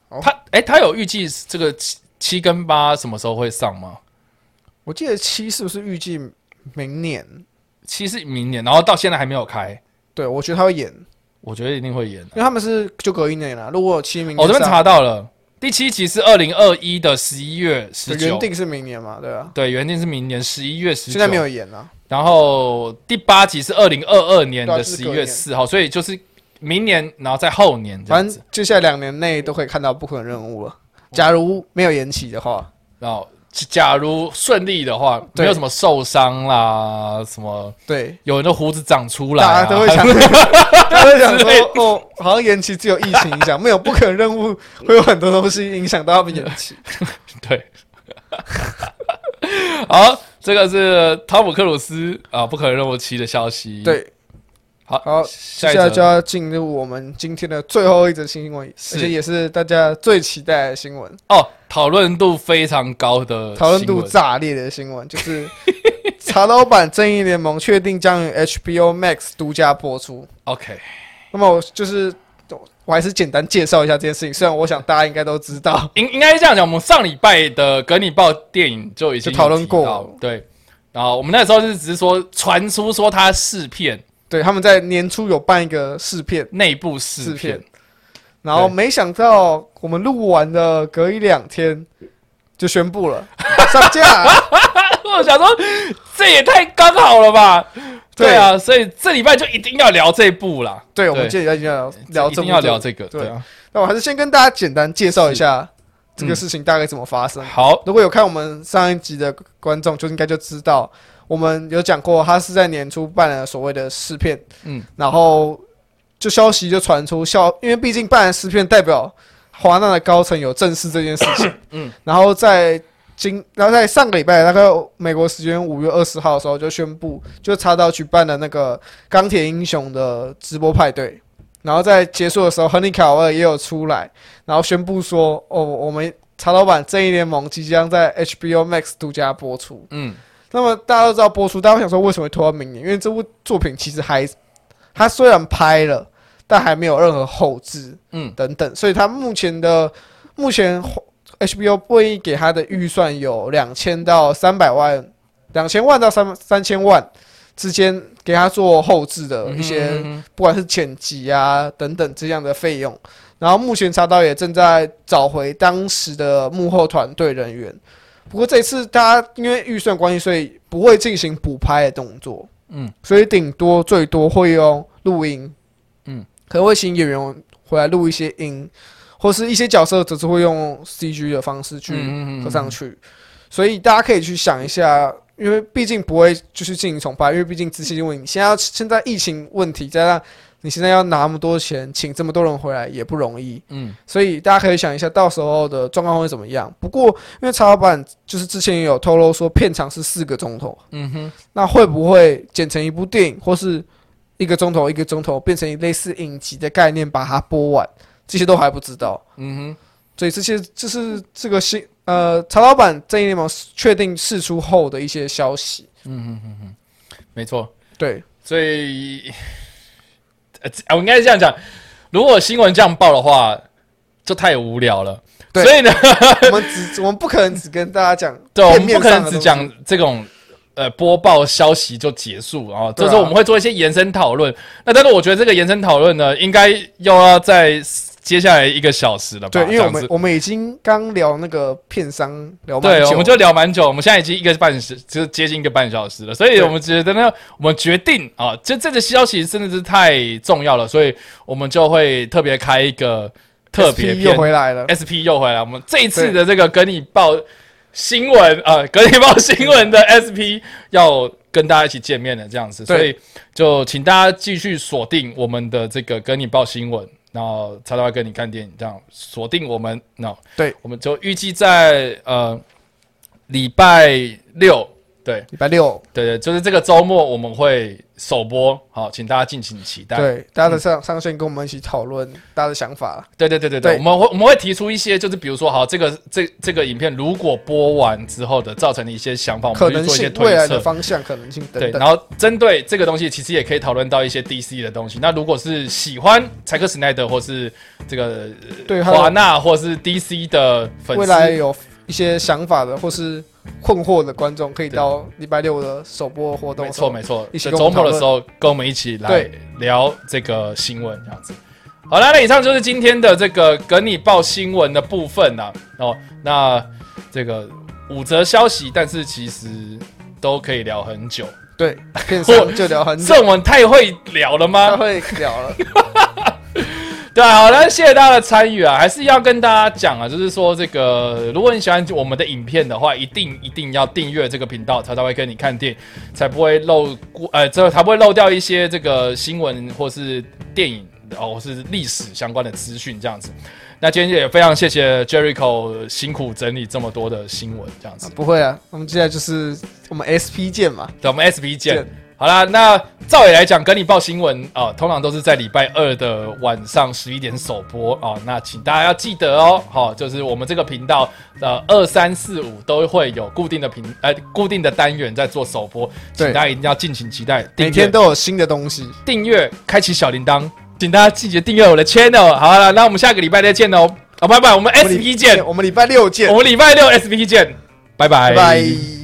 S2: 好
S1: 他哎、他有预计这个七七跟八什么时候会上吗？
S2: 我记得七是不是预计明年？
S1: 七是明年，然后到现在还没有开，
S2: 对，我觉得他会演，因
S1: 我觉得一定会演的。
S2: 为他们是就隔一年啦。如果有七明
S1: 我、
S2: 年
S1: 哦这边
S2: 上
S1: 查到了，第七集是二零二一的十一月十
S2: 对
S1: 九
S2: 原，定是明年嘛，对啊，
S1: 对，原定是明年十一月十九，
S2: 现在没有演啊。
S1: 然后第八集是二零二二年
S2: 对啊
S1: 的
S2: 就是
S1: 十
S2: 隔
S1: 一月
S2: 年
S1: 四号，所以就是明年，然后在后年这样
S2: 反
S1: 子
S2: 正。接下来两年内都可以看到《不可能任务》了。
S1: 哦
S2: 假如没有延期的话，
S1: 然后，假如顺利的话，
S2: 对
S1: 没有什么受伤啦，什么
S2: 对，
S1: 有人的胡子长出来、
S2: 大
S1: 啊，
S2: 家都会想，大家会想说，哦，好像延期只有疫情影响，没有《不可能任务》会有很多东西影响到他们延
S1: <laughs>
S2: 期。
S1: <laughs> 对。好，这个是汤姆克鲁斯啊，不可能任务七的消息。，
S2: 对，
S1: 好，
S2: 好
S1: 下
S2: 接
S1: 一
S2: 下来
S1: 则
S2: 就要进入我们今天的最后一则新闻，
S1: 是
S2: 而且也是大家最期待的新闻，
S1: 哦，讨论度非常高的
S2: 讨论
S1: 呃
S2: 度
S1: 新闻
S2: 炸裂的新闻，就是 <laughs> 查老板《正义联盟》确定将于 HBO Max 独家播出。
S1: OK，
S2: 那么我就是，我还是简单介绍一下这件事情，虽然我想大家应该都知道， <laughs>
S1: 应应该是这样讲，我们上礼拜的《格你报》电影就已经
S2: 就讨论
S1: 有提到
S2: 过
S1: 对。然后我们那时候是只是说传出说他试片
S2: 对，他们在年初有办一个试片，
S1: 内部试
S2: 试
S1: 片
S2: 片，然后
S1: 对
S2: 没想到我们录完的隔一两天就宣布了 <laughs> 上架。
S1: <laughs> <laughs> 我想说，这也太刚好了吧？
S2: 对
S1: 对啊，所以这礼拜就一定要聊这部啦。
S2: 对，我们今天要聊聊
S1: 一
S2: 这
S1: 定
S2: 么
S1: 要
S2: 多
S1: 聊这个。
S2: 对
S1: 对啊，
S2: 那我还是先跟大家简单介绍一下这个事情大概怎么发生。
S1: 好，
S2: 如果有看我们上一集的观众，就应该就知道，我们有讲过，他是在年初办了所谓的试片，
S1: 嗯，
S2: 然后就消息就传出，消因为毕竟办了试片，代表华纳的高层有正视这件事情，
S1: <coughs> 嗯，
S2: 然后在今然后在上个礼拜，大概美国时间五月二十号的时候就宣布，就查到举办了那个钢铁英雄的直播派对。然后在结束的时候，亨利卡维尔也有出来，然后宣布说：“哦，我们查老板《正义联盟》即将在 HBO Max 独家播出。
S1: 嗯，”
S2: 那么大家都知道播出，大家会想说为什么会拖到明年？因为这部作品其实还，它虽然拍了，但还没有任何后置，
S1: 嗯
S2: 等等，所以它目前的目前 HBO 不愿意给它的预算有两千到三百万，两千万到三三千万之间给它做后置的呃一些。
S1: 嗯哼
S2: 不管是剪辑啊等等这样的费用。然后目前查导也正在找回当时的幕后团队人员，不过这次大家因为预算关系，所以不会进行补拍的动作，
S1: 嗯，
S2: 所以顶多最多会用录音，
S1: 嗯，
S2: 可能会请演员回来录一些音，或是一些角色则是会用 CG 的方式去
S1: 嗯嗯嗯
S2: 合上去。所以大家可以去想一下，因为毕竟不会就是进行重拍，因为毕竟资金问题，现在要现在疫情问题，加上你现在要拿那么多钱，请这么多人回来也不容易，
S1: 嗯
S2: 所以大家可以想一下，到时候的状况会怎么样。不过，因为曹老板就是之前也有透露说，片长是四个钟头，
S1: 嗯哼，
S2: 那会不会剪成一部电影，或是一个钟头一个钟头变成类似影集的概念把它播完，这些都还不知道。
S1: 嗯
S2: 所以这些这是这个新呃曹老板正义联盟确定释出后的一些消息。
S1: 哼，没错。 <laughs>
S2: 对
S1: 所以，呃，这我应该是这样讲，如果新闻这样报的话，就太无聊了。
S2: 对
S1: 所以呢，
S2: 我们只我们不可能只跟大家讲
S1: 对，我
S2: <laughs> 片
S1: 们不
S2: 面
S1: 可
S2: 上
S1: 能只
S2: 的东西
S1: 讲这种呃播报消息就结束啊，
S2: 对
S1: 就
S2: 啊
S1: 是我们会做一些延伸讨论。那但是我觉得这个延伸讨论呢，应该又要在接下来一个小时了吧？
S2: 对，因为
S1: 这
S2: 我
S1: 样
S2: 们
S1: 子
S2: 我们已经刚聊那个片商聊蛮
S1: 对，
S2: 久
S1: 我们就聊蛮久，我们现在已经一个半时，就是接近一个半小时了，所以
S2: 对
S1: 我们觉得呢，我们决定啊，这这个消息真的是太重要了，所以我们就会特别开一个特别哎
S2: SP
S1: 篇
S2: 又回来了，
S1: SP 又回来，我们这一次的这个跟你报新闻，呃，跟你报新闻的 SP 要跟大家一起见面了，这样子，
S2: 对
S1: 所以就请大家继续锁定我们的这个跟你报新闻，然后才到跟你看电影，这样锁定我们，那
S2: 对，
S1: 我们就预计在呃礼拜六，对
S2: 礼拜六，
S1: 对对，就是这个周末我们会首播，好，请大家敬请期待。
S2: 对，大家的上上线跟我们一起讨论大家的想法。
S1: 对对对对对，
S2: 对
S1: 我们会我们会提出一些，就是比如说，好，这个这这个影片如果播完之后的造成的一些想法，我
S2: 可
S1: 们去
S2: 能
S1: 做一些
S2: 性、
S1: 推
S2: 未来的
S1: 测。
S2: 方向、可能性
S1: 对，
S2: 等等
S1: 然。后针对这个东西，其实也可以讨论到一些 DC 的东西。那如果是喜欢柴克史奈德或是这个呃
S2: 对还有
S1: 华纳或是 DC 的粉
S2: 未来
S1: 丝，
S2: 有一些想法的或是困惑的观众，可以到礼拜六的首播活动
S1: 没
S2: 的时
S1: 错
S2: 候。
S1: 没错，
S2: 一起
S1: 在
S2: 跟
S1: 周
S2: 我们
S1: 末的
S2: 讨论
S1: 时候跟我们一起来
S2: 对
S1: 聊这个新闻，这样子。好啦，那以上就是今天的这个跟你报新闻的部分啦。哦，那这个五则消息，但是其实都可以聊很久。
S2: 对，片商就聊很久，
S1: 这我们太会聊了
S2: <laughs> 他
S1: 吗？
S2: 会聊 <laughs> 了。
S1: 对啊，好了，谢谢大家的参与啊，还是要跟大家讲啊，就是说这个，如果你喜欢我们的影片的话，一定一定要订阅这个频道，才才会跟你看电影，才不会漏过，呃，这才不会漏掉一些这个新闻或是电影哦，或是历史相关的资讯这样子。那今天也非常谢谢 Jericho 辛苦整理这么多的新闻这样子，
S2: 不会啊，我们接下来就是我们 SP 见嘛。
S1: 对，我们 SP 见
S2: 见。
S1: 好啦，那照理来讲，跟你报新闻啊、通常都是在礼拜二的晚上十一点首播啊、那请大家要记得哦，好、就是我们这个频道呃二三四五都会有固定的频呃固定的单元在做首播，请
S2: 对
S1: 大家一定要敬请期待。订阅
S2: 每天都有新的东西，
S1: 订阅，开启小铃铛，请大家记得订阅我的 channel。好了，那我们下个礼拜再见哦。好、拜拜，我们
S2: 我们礼
S1: SP 见，
S2: 我们礼拜六见
S1: 我，们礼拜六 SP 见，拜
S2: 拜拜。